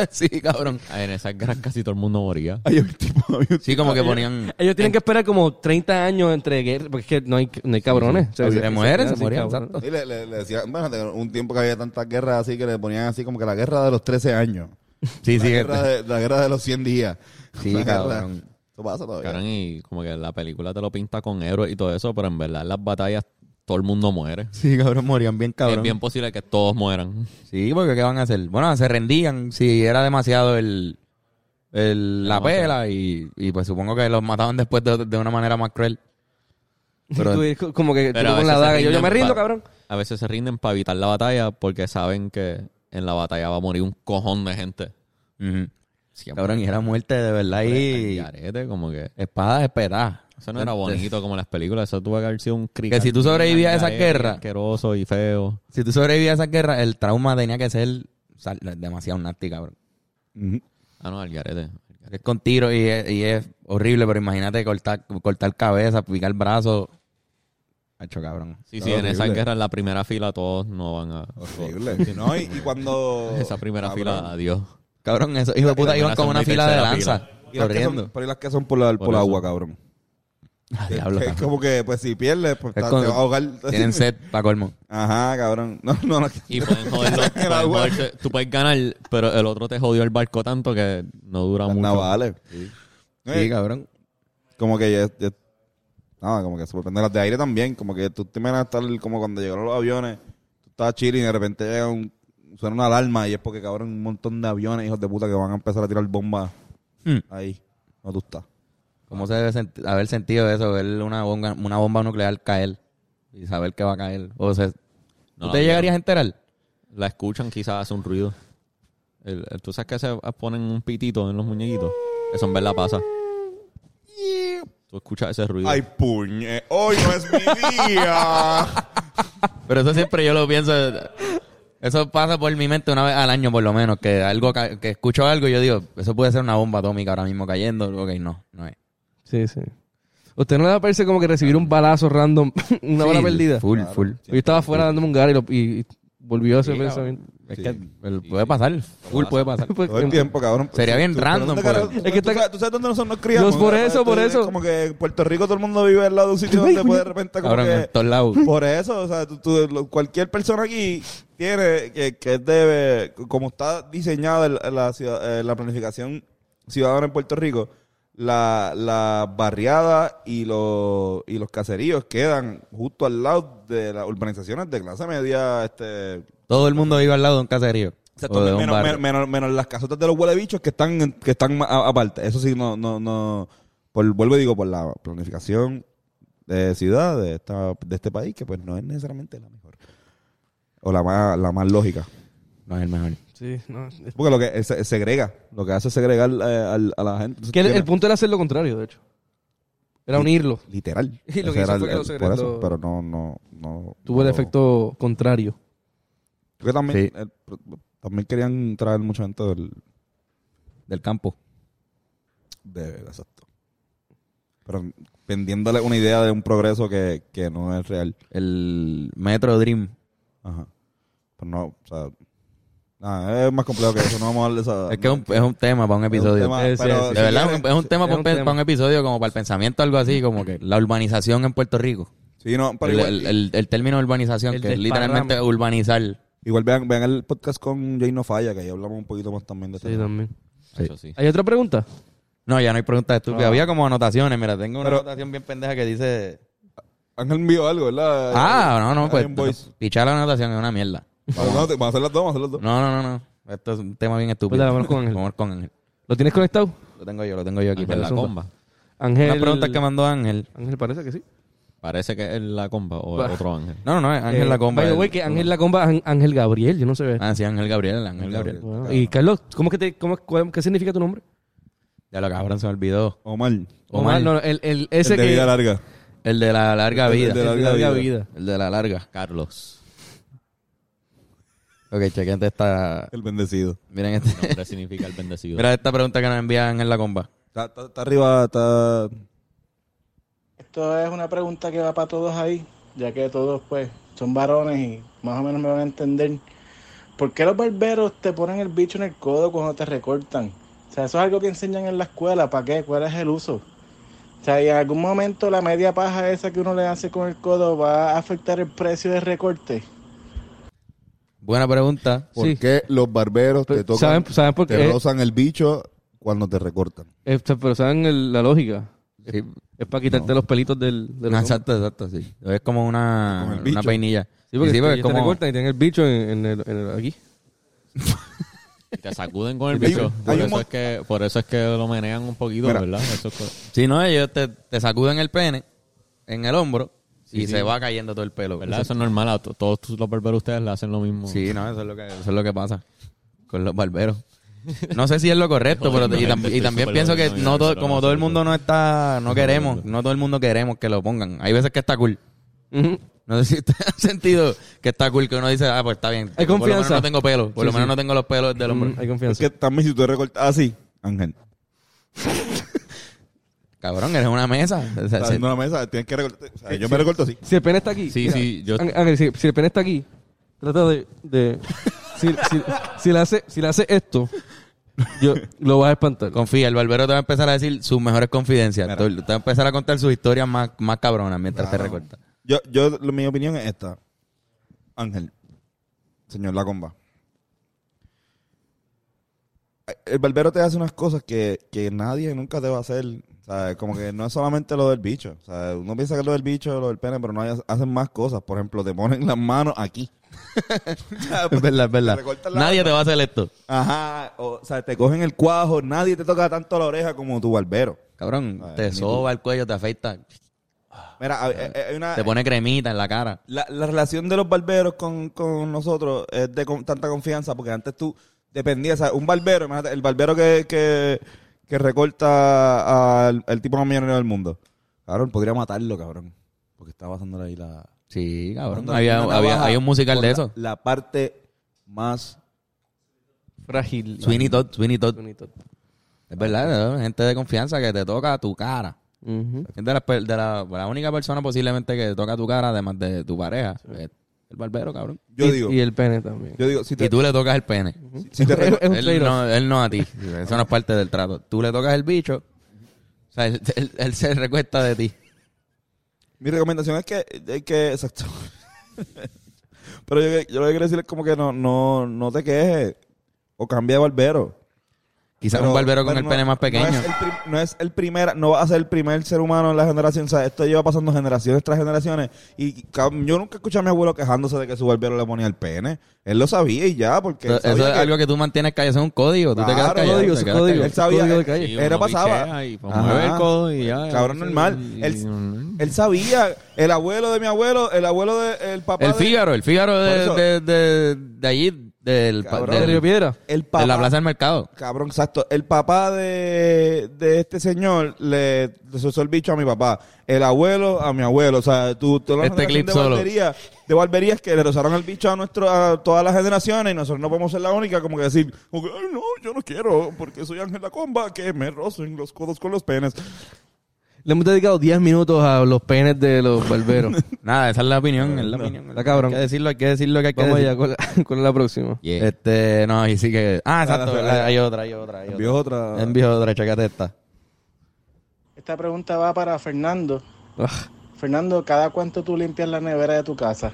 S1: [laughs] sí, cabrón.
S4: En esas guerras casi todo el mundo moría.
S2: Ay, había un tipo, había un
S1: Sí, como que ponían...
S3: Ellos tienen que esperar como 30 años entre guerras, porque es que no hay, no hay cabrones. O sea,
S1: Se mueren, se
S3: sí,
S1: morían,
S3: cabrón.
S1: exacto.
S2: Y le, le, le decían, bueno, te- un tiempo que había tantas guerras así que le ponían así como que la guerra de los 13 años.
S1: Sí, este,
S2: La,
S1: sí.
S2: guerra, de, la guerra de los 100 días.
S1: Sí,
S2: La guerra-
S1: cabrón.
S2: Eso pasa todavía.
S4: Cabrón, y como que la película te lo pinta con héroes y todo eso, pero en verdad en las batallas todo el mundo muere.
S1: Sí, cabrón, morían bien
S4: Es bien posible que todos mueran.
S1: Sí, porque ¿qué van a hacer? Bueno, se rendían si era demasiado el, el- la
S4: Lo mataron.
S1: pela y, y pues supongo que los mataban después de, de una manera más cruel. Pero-
S3: Tú eres co- como que tú
S4: Pero a
S3: con la
S4: veces se
S3: daga. y Yo, yo me
S4: rinden
S3: rindo,
S4: pa-
S3: cabrón.
S4: A veces se rinden para evitar la batalla porque saben que en la batalla va a morir un cojón de gente.
S1: Ujú.
S4: Siempre.
S1: Cabrón, y era muerte de verdad
S4: Al
S1: y
S4: garete, como que...
S1: espadas esperadas.
S4: Eso no era bonito como en las películas. Eso tuvo que haber sido un crimen.
S1: Este. Que si tú sobrevivías a esa
S4: Garete,
S1: guerra.
S4: Asqueroso y feo.
S1: Si tú sobrevivías a esa guerra, el trauma tenía que ser sal- demasiado nasty, cabrón.
S2: Ujú.
S4: Ah, no, al garete.
S1: Es con tiro y es, y es horrible, pero imagínate cortar, cortar cabeza, picar brazos. Hacho, cabrón.
S4: Sí,
S2: Claro,
S4: sí, en esa
S2: horrible.
S4: guerra, en la primera fila, todos no van a...
S2: Horrible. No, y, y
S1: [laughs]
S2: cuando. Ah,
S4: Esa primera
S2: Cabrón.
S4: fila, adiós.
S1: Cabrón, esos hijos de puta
S4: la
S1: iban
S4: primera,
S1: con una
S4: segunda y
S1: fila de
S4: tercera
S1: lanza.
S2: Y las que son- [laughs]
S1: Corriendo.
S2: pero y las que son por la, por
S4: Por
S2: la
S4: eso.
S2: agua, cabrón.
S1: Ah,
S2: Que-
S1: diablo,
S2: que es
S1: cabrón.
S2: como que, pues si pierdes, pues
S1: Es
S2: ta-
S1: con-
S2: te vas a ahogar. [laughs]
S1: Tienen set para colmo.
S2: Ajá, cabrón. [laughs] No, no, no.
S4: Y pueden joderlo.
S2: En el
S4: pueden
S2: agua.
S4: joderse. Tú puedes ganar, pero el otro te jodió el barco tanto que no dura
S2: Las
S4: mucho.
S2: navales.
S1: Sí,
S2: Eh,
S1: cabrón.
S2: como que ya, ya- no, como que se sorprende las de aire también, como que tú te imaginas estar como cuando llegaron los aviones, tú estabas chill y de repente llega un, suena una alarma y es porque cabrón un montón de aviones, hijos de puta, que van a empezar a tirar bombas
S1: Hmm.
S2: ahí, no tú estás.
S1: ¿Cómo se debe sent- haber sentido eso? Ver una bomba, una bomba nuclear caer y saber que va a caer. O sea,
S4: No
S1: ¿tú
S4: la
S1: te
S4: vi,
S1: llegarías a enterar?
S4: La escuchan, quizás hace un ruido. El- el- tú sabes que se ponen un pitito en los muñequitos. Eso en verdad pasa. Tú escuchas ese ruido.
S2: Ay, puñe, hoy no es mi [laughs] día.
S1: Pero eso siempre yo lo pienso. Eso pasa por mi mente una vez al año, por lo menos. Que algo ca- que escucho algo y yo digo, eso puede ser una bomba atómica ahora mismo cayendo. Ok, no, no es.
S3: Sí, sí. ¿Usted no le da parece como que recibir un balazo random, [laughs] una bala
S1: Sí,
S3: perdida?
S1: Full, full.
S3: Yo estaba afuera dándome un gar y, lo- y- y volvió ese pensamiento.
S1: Es
S2: Sí.
S1: que el- puede pasar. Full puede
S3: [laughs]
S1: pasar.
S3: Pues,
S2: Todo el tiempo, cabrón.
S1: Sería bien
S2: ¿Tú- tú-
S1: random,
S2: dónde, carajo-
S1: pero-
S2: tú-
S3: Es que
S2: tú
S3: está-
S2: sabes- tú sabes dónde nosotros nos criamos.
S3: Dios, por
S2: ¿verdad?
S3: eso, por
S2: Entonces,
S3: eso.
S2: Como que en Puerto Rico todo el mundo vive al lado de un sitio donde puede de repente como
S1: Cabrón,
S2: que...
S1: en todos lados.
S2: Por eso, o sea, tú- tú- lo- cualquier persona aquí tiene que, que debe, como está diseñada el- la, ciudad- eh, la planificación ciudadana en Puerto Rico, la, la barriada y los, y los caseríos quedan justo al lado de las urbanizaciones de clase media, este...
S1: Todo el mundo vive al lado de un caserío.
S2: Exacto,
S1: O de un
S2: menos,
S1: barrio.
S2: menos, menos- menos las casotas de los huelebichos que están, en- que están ma- a- aparte. Eso sí, no, no, no. Por, vuelvo y digo, por la planificación de ciudad de, esta, de este país, que pues no es necesariamente la mejor. O la más, la más lógica.
S1: No es el mejor.
S3: Sí, no. es-
S2: Porque lo que eh, se, segrega, lo que hace es segregar eh, al- a la gente.
S3: Que el, el punto era hacer lo contrario, de hecho. Era unirlo.
S2: Literal.
S3: [laughs] Y
S2: Ese
S3: lo que hizo
S2: era
S3: fue que lo
S2: por
S3: segregó.
S2: eso, pero no, no, no.
S3: Tuvo el
S2: no-
S3: efecto contrario.
S2: Creo que también,
S1: Sí.
S2: el- también querían traer mucha gente del,
S1: Del campo.
S2: De exacto. Pero vendiéndole una idea de un progreso que, que no es real.
S1: El Metro Dream.
S2: Ajá. Pero no, o sea. Nada, es más complejo que eso. No vamos a darle esa.
S1: [laughs] Es que es un, es un tema para un episodio.
S2: tema,
S3: Sí, sí,
S2: pero
S3: sí.
S2: si
S1: De verdad,
S2: quieres-
S1: es un tema,
S3: es
S1: para,
S3: un
S1: un pe-
S3: tema.
S1: para un episodio, como para el pensamiento, algo así, como que la urbanización en Puerto Rico.
S2: Sí, no, pero
S1: El,
S2: igual,
S1: el- el- el término urbanización,
S3: El
S1: que es
S3: desparrame.
S1: literalmente urbanizar.
S2: igual vean, vean el podcast con Jay No Falla, que ahí hablamos un poquito más también de este
S3: Sí,
S2: eso.
S3: también.
S4: Eso sí.
S3: ¿Hay otra pregunta?
S1: No, ya no hay preguntas estúpidas.
S3: Ah.
S1: Había como anotaciones. Mira, tengo una
S2: Pero-
S1: anotación bien pendeja que dice.
S2: Ángel envió algo, ¿verdad?
S1: Ah, no, no, pues.
S2: Hay un voice.
S1: Pichar la anotación es una mierda.
S2: Vamos, no, te- vamos a hacer las dos, vamos a hacer las dos.
S1: No, no, no, no. Esto es un tema bien estúpido.
S3: Pues dale, vámonos con Ángel.
S1: Vámonos con Ángel.
S3: ¿Lo tienes conectado?
S1: Lo tengo yo, lo tengo yo aquí.
S4: Ángel, la
S1: perdón.
S4: comba.
S3: Ángel.
S1: Una pregunta que mandó Ángel.
S3: Ángel parece que sí.
S4: Parece que es la comba o
S3: Bah.
S4: otro ángel.
S1: No, no, no, es Ángel la comba.
S3: Eh, By the way,
S1: el-
S3: que Ángel la comba, Ángel- Ángel Gabriel, yo no sé.
S1: Ah, sí, Ángel Gabriel, Ángel Gabriel.
S3: Bueno, y Carlos, ¿cómo que te, cómo, cuál- ¿qué significa tu nombre?
S1: Ya lo cabrón, se me olvidó.
S2: Omar.
S1: Omar.
S3: no, no, el, el- ese
S2: el de
S3: que.
S2: vida larga.
S1: El de la larga
S2: El de-
S1: vida.
S2: el de
S3: el de larga vida.
S1: El de la larga.
S4: Carlos.
S1: Ok, chequense esta.
S2: El bendecido.
S1: Miren, este-
S4: Nombre significa el bendecido.
S1: Mira esta pregunta que nos envía Ángel la comba.
S2: Está, está- está arriba, está.
S6: Esto es una pregunta que va para todos ahí, ya que todos pues son varones y más o menos me van a entender. ¿Por qué los barberos te ponen el bicho en el codo cuando te recortan? O sea, eso es algo que enseñan en la escuela, ¿para qué? ¿Cuál es el uso? O sea, y en algún momento la media paja esa que uno le hace con el codo va a afectar el precio del recorte.
S1: Buena pregunta.
S2: ¿Por
S3: Sí.
S2: qué los barberos te
S3: Pero,
S2: tocan?
S3: ¿Saben, ¿Saben por qué?
S2: Te rozan el bicho cuando te recortan.
S3: Eh, eh, pero saben el- la lógica.
S1: Sí.
S3: Es para quitarte los pelitos del. del
S1: Ah, exacto, exacto, sí. Es como
S3: Ah,
S2: Con
S1: una,
S2: el bicho.
S1: una peinilla.
S3: Sí, porque,
S1: Sí,
S3: te-
S1: porque
S3: te
S1: como-
S3: recortan y tienen el bicho en, en el, en el- aquí.
S4: Y te
S2: [laughs]
S4: sacuden con el
S2: Hay un-
S4: bicho.
S2: hay
S4: Por
S2: un
S4: eso,
S2: mon-
S4: es que, por eso es que lo menean un poquito,
S2: Mira.
S4: ¿verdad? Eso es co-
S1: Si no, ellos te, te sacuden el pene en el hombro y
S4: Sí, sí.
S1: se va cayendo todo el pelo.
S4: ¿verdad? Eso es normal. a to- todos tus- los barberos ustedes le hacen lo mismo.
S1: Sí, no, eso es lo que, eso es lo que pasa con los barberos. No sé si es lo [laughs] correcto, pero y, tam- y también pienso que no todo, como todo el mundo no está, no queremos, no todo el mundo queremos que lo pongan. Hay veces que está cool.
S3: Ujú.
S1: No sé si [laughs] te has sentido que está cool que uno dice, ah, pues está bien.
S3: Hay
S1: Por lo menos
S3: confianza.
S1: no tengo pelo, por
S3: Sí,
S1: lo menos
S3: sí.
S1: no tengo los pelos del hombro.
S3: Mm, Hay
S2: Es
S3: confianza.
S2: que también si tú recortas así, Ángel,
S1: Cabrón, eres una mesa. O sea,
S2: estás
S1: se-
S2: haciendo una mesa, tienes que recortar. O sea, yo me recorto así.
S3: Si el pene está aquí.
S4: Sí, sí, yo-
S3: Ángel, Ángel, si, si el pene está aquí, trata de. de- si, si, si le hace, si le hace esto, yo, lo vas a espantar.
S1: Confía, el barbero te va a empezar a decir sus mejores confidencias.
S2: Mira.
S1: Tú- Te va a empezar a contar sus historias más, más cabronas mientras te recorta.
S2: Yo, yo, lo- mi opinión es esta. Ángel, señor La Comba. El barbero te hace unas cosas que, que nadie nunca te va a hacer. ¿sabes? Como que no es solamente lo del bicho. ¿sabes? Uno piensa que es lo del bicho, lo del pene, pero no hay- hacen más cosas. Por ejemplo, te ponen las manos aquí.
S1: Es verdad, es verdad.
S2: Te recortan la-
S1: Nadie te va a hacer esto.
S2: Ajá. O, sea, te cogen el cuajo. Nadie te toca tanto la oreja como tu barbero.
S1: Cabrón,
S2: Ay,
S1: te
S2: ni
S1: soba el cuello, te afeita,
S2: Mira, hay- hay- eh, hay una...
S1: te pone cremita en la cara.
S2: La, la relación de los barberos con, con nosotros es de con- tanta confianza porque antes tú dependías, o sea, un barbero, imagínate, el barbero que, que, que recorta al el tipo más millonario del mundo. Cabrón, podría matarlo, cabrón. Porque estaba pasándole ahí la...
S1: Sí, cabrón.
S2: Pasándole
S1: Había,
S2: una
S1: había-
S2: navaja
S1: hay un musical
S2: por
S1: de
S2: la-
S1: eso.
S2: La, parte más...
S3: Frágil.
S1: Sweeney Todd, Sweeney Todd.
S3: Sweeney Todd.
S1: Es verdad, ¿no? gente de confianza que te toca tu cara.
S3: Ujú.
S1: Es de la, per- de la- la única persona posiblemente que te toca tu cara, además de tu pareja. es el barbero, cabrón.
S2: Yo
S3: y,
S2: digo,
S3: Y el pene también.
S2: yo digo, si
S1: Y
S2: te...
S1: tú le tocas el pene.
S2: Si
S1: [laughs]
S2: te reco-
S3: Es un
S1: él,
S3: trade-off.
S1: no, él no a ti. Eso no es parte del trato. Tú le tocas el bicho. O sea, él, él- él se recuesta de ti.
S2: Mi recomendación es que, es que exacto. [laughs] Pero yo, yo lo que quiero decir es como que no, no, no te quejes o cambia de barbero.
S1: Quizás un
S2: Pero-
S1: barbero con
S2: pero
S1: el
S2: no-
S1: pene más
S2: No
S1: pequeño.
S2: es, el prim- no es el primer, no va a ser el primer ser humano en la generación. O sea, esto lleva pasando generaciones tras generaciones. Y cab- yo nunca escuché a mi abuelo quejándose de que su barbero le ponía el pene. Él lo sabía y ya, porque él
S1: Eso eso
S2: sabía
S1: es
S2: que-
S1: algo que tú mantienes callado. Eso es un código. Tú te
S2: Claro,
S1: quedas callado.
S3: código,
S1: te
S3: es
S1: quedas
S3: código.
S1: callado.
S2: él sabía,
S3: Código de calle.
S4: Sí,
S2: era
S4: uno
S2: pasaba.
S4: bichea Y pues,
S2: Ajá.
S4: mueve el codo y ya.
S2: Cabrón,
S4: Y-
S2: normal.
S4: y-
S2: Él, él sabía, el abuelo de mi abuelo, el abuelo de el papá
S1: El
S2: de-
S1: Fígaro, el Fígaro
S2: Por
S1: de,
S2: eso.
S1: de, de, de allí, del, pa-
S2: Cabrón.
S1: del-
S3: ¿De Río Piedra?
S2: el papá
S1: de la Plaza del Mercado.
S2: Cabrón, exacto. El papá de, de este señor le, le soltó el bicho a mi papá. El abuelo a mi abuelo. O sea, tú, tú la
S1: Este
S2: generación
S1: clip
S2: de
S1: solo.
S2: barbería- de barberías que le rozaron el bicho a nuestro, a todas las generaciones y nosotros no podemos ser la única como que decir, como que, "Ay, no, yo no quiero, porque soy Ángel la Comba, que me rocen los codos con los penes.
S3: Le hemos dedicado 10 minutos a los penes de los barberos.
S1: [laughs] Nada, esa es la opinión. Es la opinión.
S3: Está cabrón.
S1: Hay que decirlo, hay que decirlo que hay que
S3: Vamos
S1: decir.
S3: allá, ¿cuál, cuál es la [laughs] próxima?
S1: Yeah. Este, no, y sí que. Ah, exacto.
S2: la- la-
S1: hay otra, hay otra, hay otra.
S2: Envió otra.
S1: Envío otra, chécate esta.
S6: Esta pregunta va para Fernando.
S3: Ah,
S6: Fernando, ¿cada cuánto tú limpias la nevera de tu casa?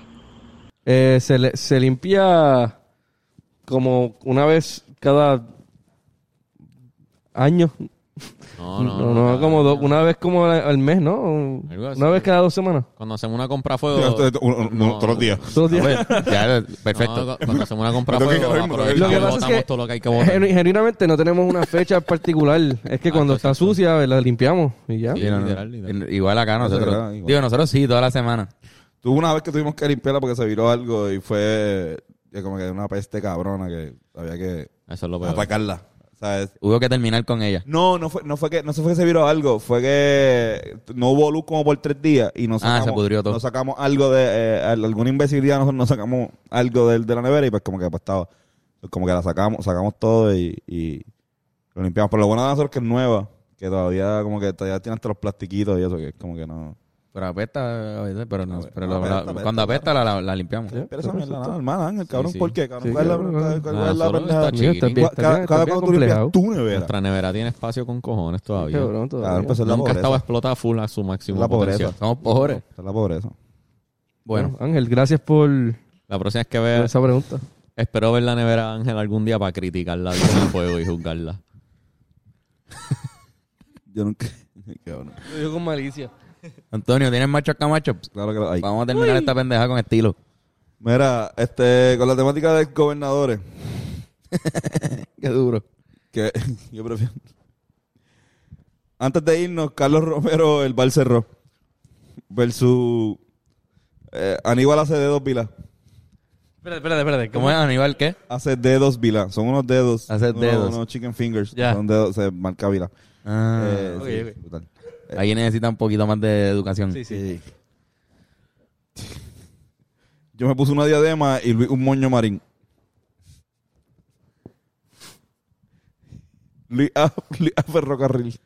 S3: eh, se, le- se limpia como una vez cada año. [laughs]
S4: No,
S3: No,
S4: no,
S3: no, como do- una vez como al, al mes, ¿no?
S4: Algo así.
S3: Una vez cada dos semanas.
S4: Cuando hacemos una compra a fuego. No.
S2: Todos los días.
S1: Pues
S3: Todos los días.
S1: Ah, Ya, [laughs] perfecto.
S4: Perfecto. Cuando hacemos una compra pues, a
S2: Me tengo que
S4: fuego,
S2: cagar, me tengo que
S3: Lo que
S4: aprovechamos,
S3: pasa es
S4: botamos
S3: que,
S4: todo lo que hay que botar.
S3: genu- genuinamente no tenemos una fecha particular. Es que cuando está sucia pues, la limpiamos y ya.
S4: Sí,
S1: Sí, no, no.
S4: literal, literal.
S1: Igual acá nosotros.
S2: verdad, igual.
S1: Digo, nosotros sí, toda la semana.
S2: Tuvo una vez que tuvimos que limpiarla porque se viró algo y fue eh, como que una peste cabrona que había que
S4: Eso es lo peor.
S2: atacarla. ¿Sabes?
S1: Hubo que terminar con ella.
S2: No, no fue, no fue que, no se fue que se viró algo, fue que no hubo luz como por tres días y nos
S1: Ah,
S2: sacamos,
S1: se pudrió todo.
S2: nos sacamos algo de, eh, al- alguna imbecilidad, nosotros nos sacamos algo del- de, la nevera y pues como que pues, estaba, como que la sacamos, sacamos todo y, y lo limpiamos. Pero lo bueno de nosotros es que es nueva, que todavía como que todavía tiene hasta los plastiquitos y eso, que es como que no.
S1: Pero apesta a veces, pero, no,
S2: Apesta,
S1: pero la- la-
S2: apesta, apesta,
S1: cuando apesta la, la- la limpiamos.
S2: Pero esa mierda, nada, hermana, Ángel, cabrón,
S4: sí.
S2: ¿por qué? Cabrón,
S3: Sí,
S2: ¿cuál es la,
S3: cabrón.
S2: cuál- cuál
S4: Ah,
S2: es la
S4: solo
S2: pendeja?
S4: está
S2: Cada-
S3: Chiquito,
S4: chiquitín.
S3: bien, está bien,
S2: Cada,
S3: está
S2: cada
S3: bien
S2: cuando tú limpias
S3: complejado.
S2: tu nevera.
S4: Nuestra nevera tiene espacio con cojones todavía.
S3: Cabrón, todavía.
S2: Cabrón, pues es la
S4: Nunca estaba
S2: pobreza.
S4: explotada full a su máximo
S2: La pobreza.
S4: potencial.
S1: Somos pobres.
S2: Es la pobreza.
S1: Bueno,
S3: Ángel, gracias por
S4: La próxima es que vea,
S3: esa pregunta.
S4: espero ver la nevera de Ángel algún día para criticarla bien a fuego y juzgarla.
S2: Yo nunca... [laughs] cabrón.
S3: Yo con malicia.
S1: Antonio, ¿tienes macho camacho?
S2: Claro que lo hay.
S1: Vamos a terminar esta pendeja con estilo.
S2: Mira, este, con la temática de gobernadores.
S1: [laughs] Qué duro.
S2: Que [laughs] yo prefiero. Antes de irnos, Carlos Romero, el Bar cerró. Versus eh, Aníbal hace dedos vila.
S3: Espérate, espérate, espérate.
S1: ¿Cómo es Aníbal qué?
S2: Hace dedos vila. Son unos dedos.
S1: Hace
S2: unos-
S1: dedos.
S2: Unos chicken fingers.
S3: Ya. Ah.
S2: Son dedos, se marca vila.
S1: Ah.
S2: Eh,
S3: ok,
S2: sí,
S3: ok.
S2: brutal.
S1: Ahí necesita un poquito más de educación.
S3: Sí, sí.
S2: Sí. Eh, Yo me puse una diadema y Luis un moño marín. Luis A, Luis A Ferrocarril.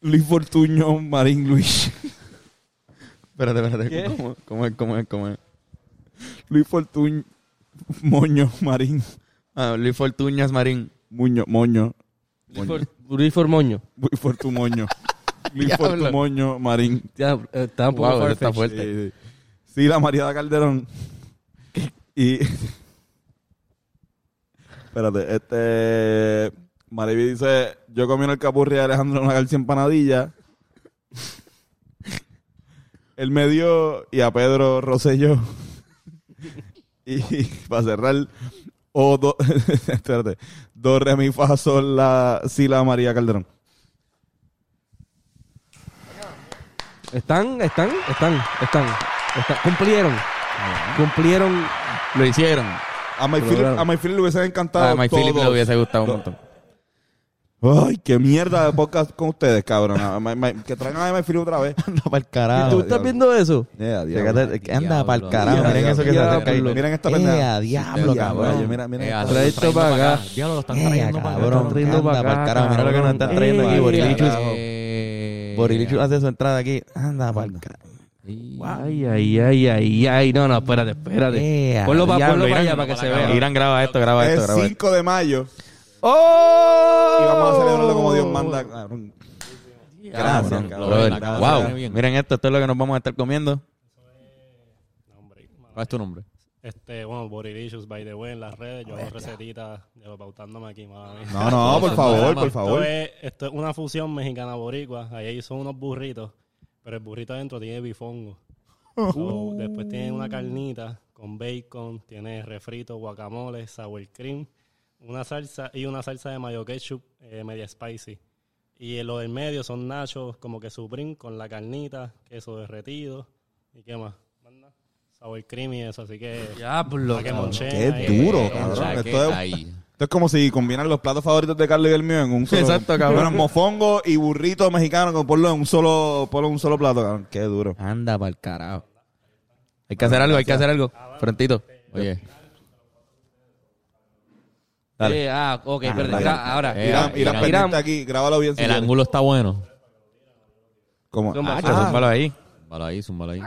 S2: Luis Fortuño Marín Luis.
S1: Espérate, espérate. ¿Cómo, cómo es? ¿Cómo es? ¿Cómo es?
S2: Luis Fortuño Moño Marín.
S1: Ah, Luis Fortuñas Marín.
S2: Muño, moño.
S3: Luis Formoño.
S2: Luis
S3: [laughs]
S2: Fortumoño. Luis
S3: Diablo.
S2: Fortumoño Marín.
S3: Ya, eh, está un poco
S1: Ah, Wow, eso está
S3: far-fetched.
S1: fuerte.
S2: Sí, Eh, sí. Sí, la Mariada Calderón. Y. [laughs] Espérate, este. Mariví dice: Yo comí en el capurri de Alejandro una garcía empanadilla. Él me dio y a Pedro Rosselló. Y para cerrar, o do, [laughs] espérate, do, re, mi, fa, sol, la, si, la, María Calderón.
S3: Están, están, están, están, están. Cumplieron. Cumplieron.
S1: Lo hicieron.
S2: A My Philip- a My Philip le hubiese encantado.
S1: A Mike Phillips le
S2: todos.
S1: hubiese gustado un montón.
S2: Ay, qué mierda de podcast con ustedes, cabrón. Ah, ma- ma- que traigan a M. Philip otra
S1: [laughs]
S2: vez. Eh,
S1: Anda para el
S3: ¿Tú
S1: carajo.
S3: estás
S2: diablo.
S3: viendo eso?
S2: Yeah,
S1: Chécate, Anda
S4: Diablo,
S1: para el carajo.
S2: diablo,
S1: Miren eso que se
S3: diablo.
S1: hace.
S2: Miren esta pendeja.
S1: pendeja. Diablo,
S2: Ya,
S1: cabrón.
S2: oye, mira, mira.
S1: Eh,
S2: esta-
S1: lo
S3: Trae
S1: están
S3: esto para
S1: trayendo
S3: acá.
S4: Diablo, lo están
S1: Ea,
S4: trayendo para acá.
S1: cabrón,
S3: trayendo
S1: anda
S3: pa'
S1: pa'l
S3: acá,
S1: carajo. Mira lo que nos están
S3: cabrón.
S1: trayendo
S4: Eh,
S1: aquí,
S3: Ea,
S1: Borilichus.
S3: carajo.
S1: Borilichus hace su entrada aquí. Anda para el carajo.
S3: Ay, ay, ay, ay, ay. No, no, espérate, espérate.
S1: Ea,
S3: ponlo para
S1: Eh, diablo, Irán,
S3: allá para que se vea.
S1: Irán, graba esto, graba esto,
S2: Es
S1: graba esto.
S2: 5 de mayo.
S3: ¡Oh!
S2: Y vamos a celebrarlo como Dios manda, cabrón. Gracias,
S1: Oh. Cabrón,
S2: cabrón.
S1: brother.
S4: Gracias.
S1: Wow.
S4: Bien.
S1: Miren esto, esto es lo que nos vamos a estar comiendo.
S7: Hombre,
S4: ¿Cuál es tu nombre?
S7: este, bueno, Body Issues, by the way, en las redes, yo hago recetitas, yo pautándome aquí, mala [laughs] mía.
S2: Ah, No, no, por favor, por favor.
S7: Esto es, esto es una fusión mexicana boricua. Ahí son unos burritos, pero el burrito adentro tiene bifongo.
S2: [laughs]
S7: So, después tiene una carnita con bacon, tiene refrito, guacamole, sour cream, una salsa y una salsa de mayo ketchup eh, media spicy. Y en lo del medio son nachos como que supreme con la carnita, queso derretido y qué más. Manda, Sour cream y eso, así que...
S3: Diablo.
S7: pa' que moncheen
S2: Qué
S7: ahí,
S2: duro,
S7: eh,
S2: cabrón.
S7: moncheen.
S2: Esto es- Esto es como si combinan los platos favoritos de Carlos y el mío en un solo.
S1: Exacto, cabrón.
S2: Bueno, mofongo y burrito mexicano, con ponlo en un solo, ponlo en un solo plato, cabrón. Qué duro.
S1: Anda para el carajo. Hay que hacer algo, hay que hacer algo. Frentito.
S4: Oye,
S1: Dale.
S3: Eh, ah, ok, espérate.
S2: dale.
S3: Ahora, ahora.
S4: Eh,
S2: Irán, Irán,
S4: Irán.
S2: pendiente aquí, grábalo bien. si
S4: el
S2: quieres.
S4: ángulo está bueno.
S2: ¿Cómo?
S3: ¿Cómo?
S2: Ah,
S1: Hacho, zúmbalo ahí.
S4: Zúmbalo ahí, zúmbalo ahí.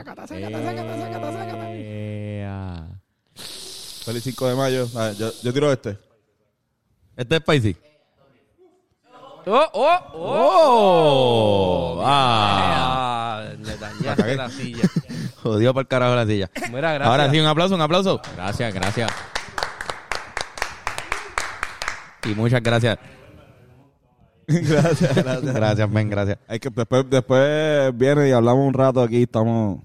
S1: Eh,
S4: Ea.
S2: Feliz 5 de mayo. A ver, yo, yo tiro este.
S1: Este es spicy.
S3: ¡Oh, oh, oh! ¡Ah! Le dañaste la silla.
S1: [laughs] Jodido para el carajo la silla.
S3: Mira, gracias.
S1: Ahora sí, un aplauso, un aplauso.
S4: Gracias, gracias.
S1: Y muchas gracias.
S2: gracias,
S1: [laughs]
S2: gracias.
S1: Gracias, men, gracias.
S2: Hay que después, después viene y hablamos un rato aquí. Estamos.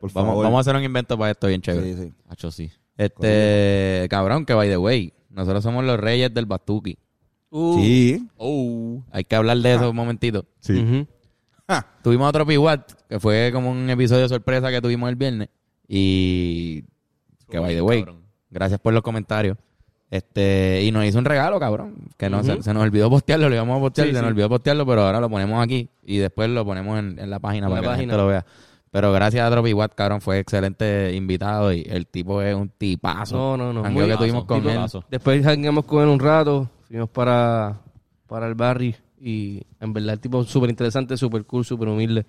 S2: Por
S1: Vamos,
S2: favor.
S1: vamos a hacer un invento para esto bien chévere.
S2: Sí, sí.
S4: Hacho, sí.
S1: Este, cabrón, que by the way, nosotros somos los reyes del Bastuki.
S3: Uh,
S2: Sí. Uh.
S4: Oh.
S1: Hay que hablar de eso un momentito.
S2: Sí.
S3: ujú.
S1: Tuvimos otro Piwat, que fue como un episodio sorpresa que tuvimos el viernes. Y que by the way,
S4: Cabrón.
S1: gracias por los comentarios. Este, y nos hizo un regalo, cabrón. Que no, se, se nos olvidó postearlo, lo íbamos a postear,
S3: Sí,
S1: se
S3: sí.
S1: nos olvidó postearlo, pero ahora lo ponemos aquí y después lo ponemos en, en la página
S3: En
S1: para
S3: la
S1: que la
S3: página.
S1: gente lo vea. Pero gracias a Tropi Watt, cabrón, fue excelente invitado y el tipo es un tipazo.
S3: No, no, no,
S1: Jangueo
S3: muy
S1: que tuvimos con él.
S4: tipazo.
S3: Después jangueamos con él un rato, fuimos para, para el barrio y en verdad el tipo es súper interesante, súper cool, súper humilde.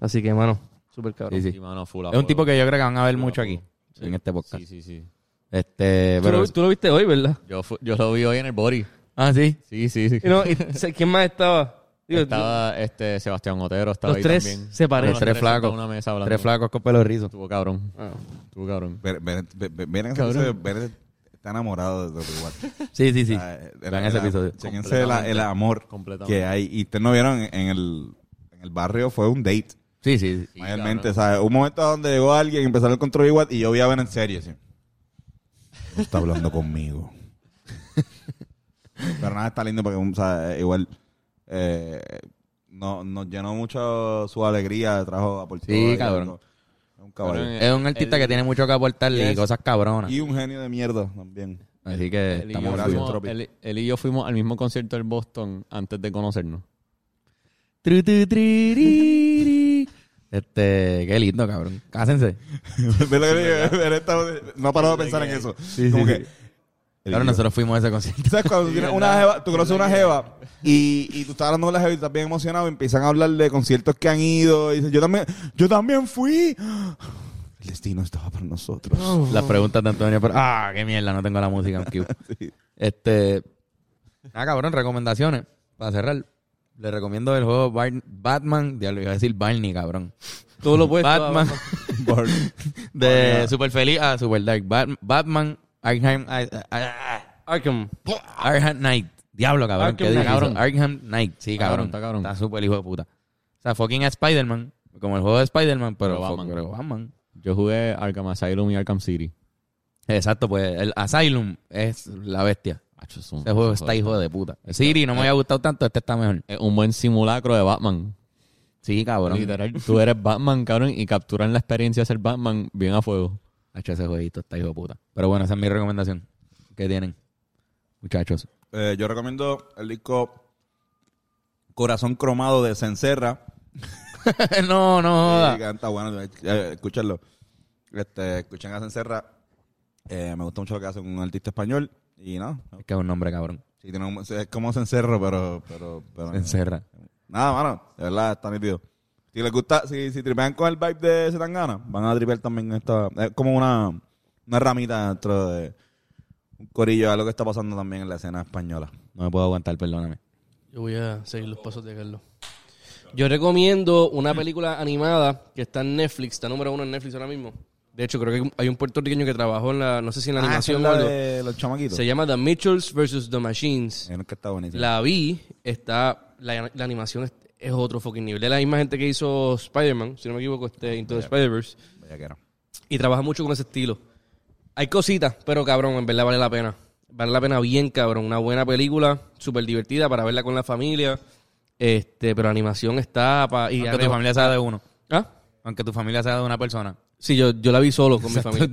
S3: Así que, hermano, súper cabrón.
S1: Sí, sí.
S4: Y, mano, full
S1: Es
S4: a
S1: un
S4: fuego.
S1: tipo que yo creo que van a ver
S4: Full a
S1: mucho
S4: fuego.
S1: aquí, en este podcast.
S4: Sí, sí, sí.
S1: Este, pero...
S3: tú, lo, tú lo viste hoy, ¿verdad?
S4: Yo, fu- yo lo vi hoy en el body.
S1: Ah, sí.
S4: Sí, sí, sí.
S3: Y no, y, [laughs] se- ¿Quién más estaba? Digo,
S4: Estaba este Sebastián Otero, estaba
S3: los
S4: ahí
S3: tres
S4: también.
S3: se parecen.
S1: Los tres flacos.
S4: Una mesa hablando.
S1: Tres flacos con pelo rizo.
S4: Estuvo cabrón.
S3: Ah.
S4: Estuvo cabrón.
S2: Ven, ven, ven, ven, ven,
S4: Cabrón.
S2: ven- está enamorado de Tropiwatt.
S1: Sí, sí, sí.
S2: en
S1: Vean ese episodio.
S2: Chequense la- el
S4: Completamente.
S2: amor
S4: Completamente.
S2: que hay. Y ustedes no vieron en el, en el barrio, fue un date.
S1: Sí, sí. sí.
S2: mayormente, ¿sabes? Un momento donde llegó alguien, empezaron con Tropiwatt y yo vi a ver en serio. sí. está hablando
S1: [laughs]
S2: conmigo. Pero nada, está lindo porque, o sea, igual, eh, no, nos llenó mucho su alegría, trajo a Puerto
S1: Sí,
S2: Rico.
S1: cabrón.
S2: Un caballo.
S4: Cabrón,
S1: Es un artista
S4: el-
S1: que tiene mucho que aportarle y
S2: Yes.
S1: cosas cabronas.
S2: Y un genio de mierda también.
S1: Así que
S4: Él y, yo
S1: estamos
S2: gracias,
S1: full.
S4: fuimos-
S2: Tropi.
S4: él- él y yo fuimos al mismo concierto en Boston antes de conocernos.
S1: Tru, tu, tri, ri, ri. Este, qué lindo, cabrón. Cásense.
S2: [laughs] Ve lo que le digo, él está- no ha parado de pensar en eso. Como que,
S1: Claro, nosotros fuimos a ese concierto.
S2: ¿Sabes cuando tú tienes una jeva, tú conoces una jeva y, y tú estás hablando con la jeva y estás bien emocionado y empiezan a hablar de conciertos que han ido y dicen, yo también, yo también fui. El destino estaba para nosotros.
S4: Oh.
S1: Las preguntas de Antonio, pero ah, qué mierda, no tengo la música
S4: [laughs]
S1: en cue. Este, ah, cabrón, recomendaciones para cerrar. Le recomiendo el juego Bar- Batman, diablo, iba a decir Barney, cabrón.
S3: Todo lo puesto.
S1: Batman [laughs]
S2: Por-
S1: de Super Feliz a Super Dark. Bat- Batman Arkham
S3: Arkham.
S1: Arkham Knight. Diablo, cabrón,
S3: Arkham
S1: qué difícil.
S4: Knight. Ah, Cabrón.
S1: Arkham Knight, sí,
S4: Está
S1: cabrón.
S4: cabrón, está cabrón.
S1: super hijo de puta. O sea, fucking Spider-Man, como el juego de Spider-Man, pero,
S4: Pero
S1: fuck,
S4: Batman.
S1: pero Batman.
S4: Yo jugué Arkham Asylum y Arkham City.
S1: Exacto, pues el Asylum es la bestia.
S4: Acho, es un-
S1: Ese juego
S4: es un
S1: está hijo de puta. Siri no me había gustado tanto, este está mejor.
S4: Es un buen simulacro de Batman.
S1: Sí, cabrón.
S4: Literal, tú eres Batman, cabrón, y capturan la experiencia de ser Batman bien a fuego.
S1: Hacho, ese jueguito está hijo de puta. Pero bueno, esa es mi recomendación. ¿Qué tienen, muchachos? [laughs]
S2: Eh, yo recomiendo el disco Corazón Cromado de Cencerra.
S1: no, no joda.
S2: Sí, canta bueno, eh, escúchenlo. Este, escuchen a Cencerra. Eh, me gusta mucho lo que hace un artista español. Y no,
S1: Es que es un nombre, cabrón.
S2: sí, tiene un- es como Cencerro, pero... pero, pero
S1: Encerra.
S2: Nada, mano. De verdad, está nítido. Si les gusta, si, si tripean con el vibe de Zetangana, van a tripear también esta... Es como una, una ramita dentro de un corillo a lo que está pasando también en la escena española.
S1: No me puedo aguantar, perdóname.
S3: Yo voy a seguir los pasos de Carlos. Yo recomiendo una película animada que está en Netflix, está número uno en Netflix ahora mismo. De hecho, creo que hay un puertorriqueño que trabajó en la, no sé si en la animación o
S2: Ah, esa es
S3: algo.
S2: la de Eh, los chamaquitos.
S3: Se llama The Mitchells vs. The Machines.
S2: Es que está buenísimo.
S3: La vi, está. La, la animación es, es otro fucking nivel. Es la misma gente que hizo Spider-Man, si no me equivoco, este, Into the Spider-Verse.
S2: Bellaquera.
S3: Y trabaja mucho con ese estilo. Hay cositas, pero cabrón, en verdad vale la pena. Vale la pena bien, cabrón. Una buena película, súper divertida para verla con la familia. Este, pero la animación está pa- y
S1: Aunque tu
S3: arriba-
S1: familia sea de uno.
S3: ¿Ah?
S1: Aunque tu familia sea de una persona.
S3: Sí, yo, yo la vi solo con
S1: [laughs]
S3: mi familia.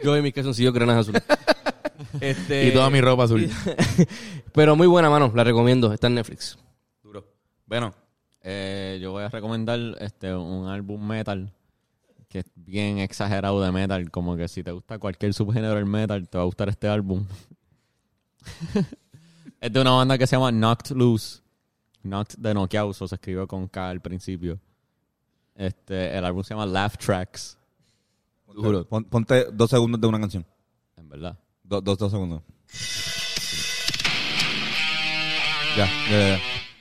S3: yo y mis calzoncillos granas azules. Este,
S1: Y toda mi ropa azul.
S3: [laughs] Pero muy buena, mano. La recomiendo. Está en Netflix.
S1: Duro. Bueno,
S4: Eh, yo voy a recomendar este un álbum metal que es bien exagerado de metal. Como que si te gusta cualquier subgénero del metal, te va a gustar este álbum. [laughs] es de una banda que se llama Knocked Loose. Knocked de Knockout, o se escribió con K al principio. Este, el álbum se llama Laugh Tracks,
S2: Juro. Pon- Ponte dos segundos de una canción.
S4: en verdad.
S2: Do- dos, dos segundos. Ya, ya, ya.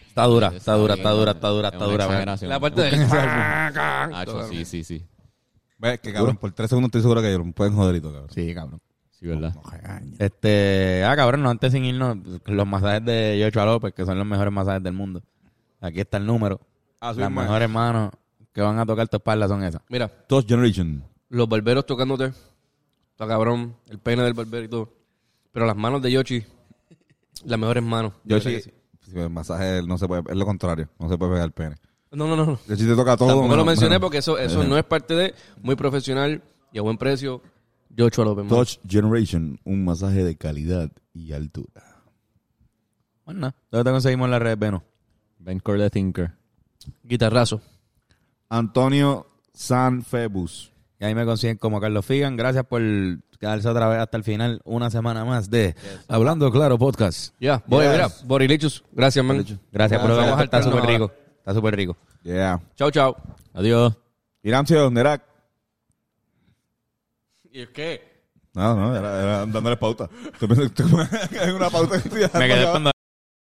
S1: está dura, está dura, está dura, está dura, está
S4: Es una
S1: dura. ¿verdad?
S4: exageración.
S3: La parte
S1: [laughs]
S3: de...
S4: Ah, yo sí, sí, sí.
S2: Ve que cabrón, por tres segundos estoy seguro que lo pueden joder y todo, cabrón.
S1: Sí, cabrón.
S4: Sí, verdad.
S2: No regañes.
S1: Este, ah, cabrón, no, antes sin irnos, los masajes de Yochoa López, que son los mejores masajes del mundo. Aquí está el número.
S2: Ah, sí,
S1: Las
S2: man.
S1: mejores manos que van a tocar tu espalda son esas.
S3: Mira,
S2: Dos Generation.
S3: los barberos tocándote. Está cabrón. El pene del barbero y todo. Pero las manos de Yoshi, las mejores manos.
S2: Yo
S3: Yo
S2: sí. sí, El masaje no se puede, es lo contrario, no se puede pegar el pene.
S3: No, no, no. no.
S2: Yo sí te toca todo.
S3: Tampoco
S2: menos-
S3: lo mencioné
S2: menos-
S3: porque eso, eso no es parte de... Muy profesional y a buen precio. Yocho López. mano.
S2: Touch Generation, un masaje de calidad y altura.
S1: Bueno, ¿dónde te conseguimos en las redes, Veno?
S4: Ben Core the Thinker.
S3: Guitarrazo.
S2: Antonio Sanfebus.
S1: Y ahí me consiguen como Carlos Figan. Gracias por quedarse otra vez hasta el final, una semana más de Hablando Claro Podcast.
S3: Ya, voy,
S2: Yes.
S3: mira. Borilichus. Gracias, man.
S1: Gracias por
S2: Gracias.
S1: haber Está
S3: Hasta
S1: súper
S3: ahora.
S1: rico. Está súper rico.
S2: Yeah.
S3: Chao, chao.
S4: Adiós.
S2: Iramcio, Nerak.
S3: ¿Y es qué?
S2: No, no, era, era dándole pauta. Tú [laughs] piensas que tú- es una pauta que estoy
S1: Me
S2: dando,
S1: quedé
S2: cabrón.
S1: cuando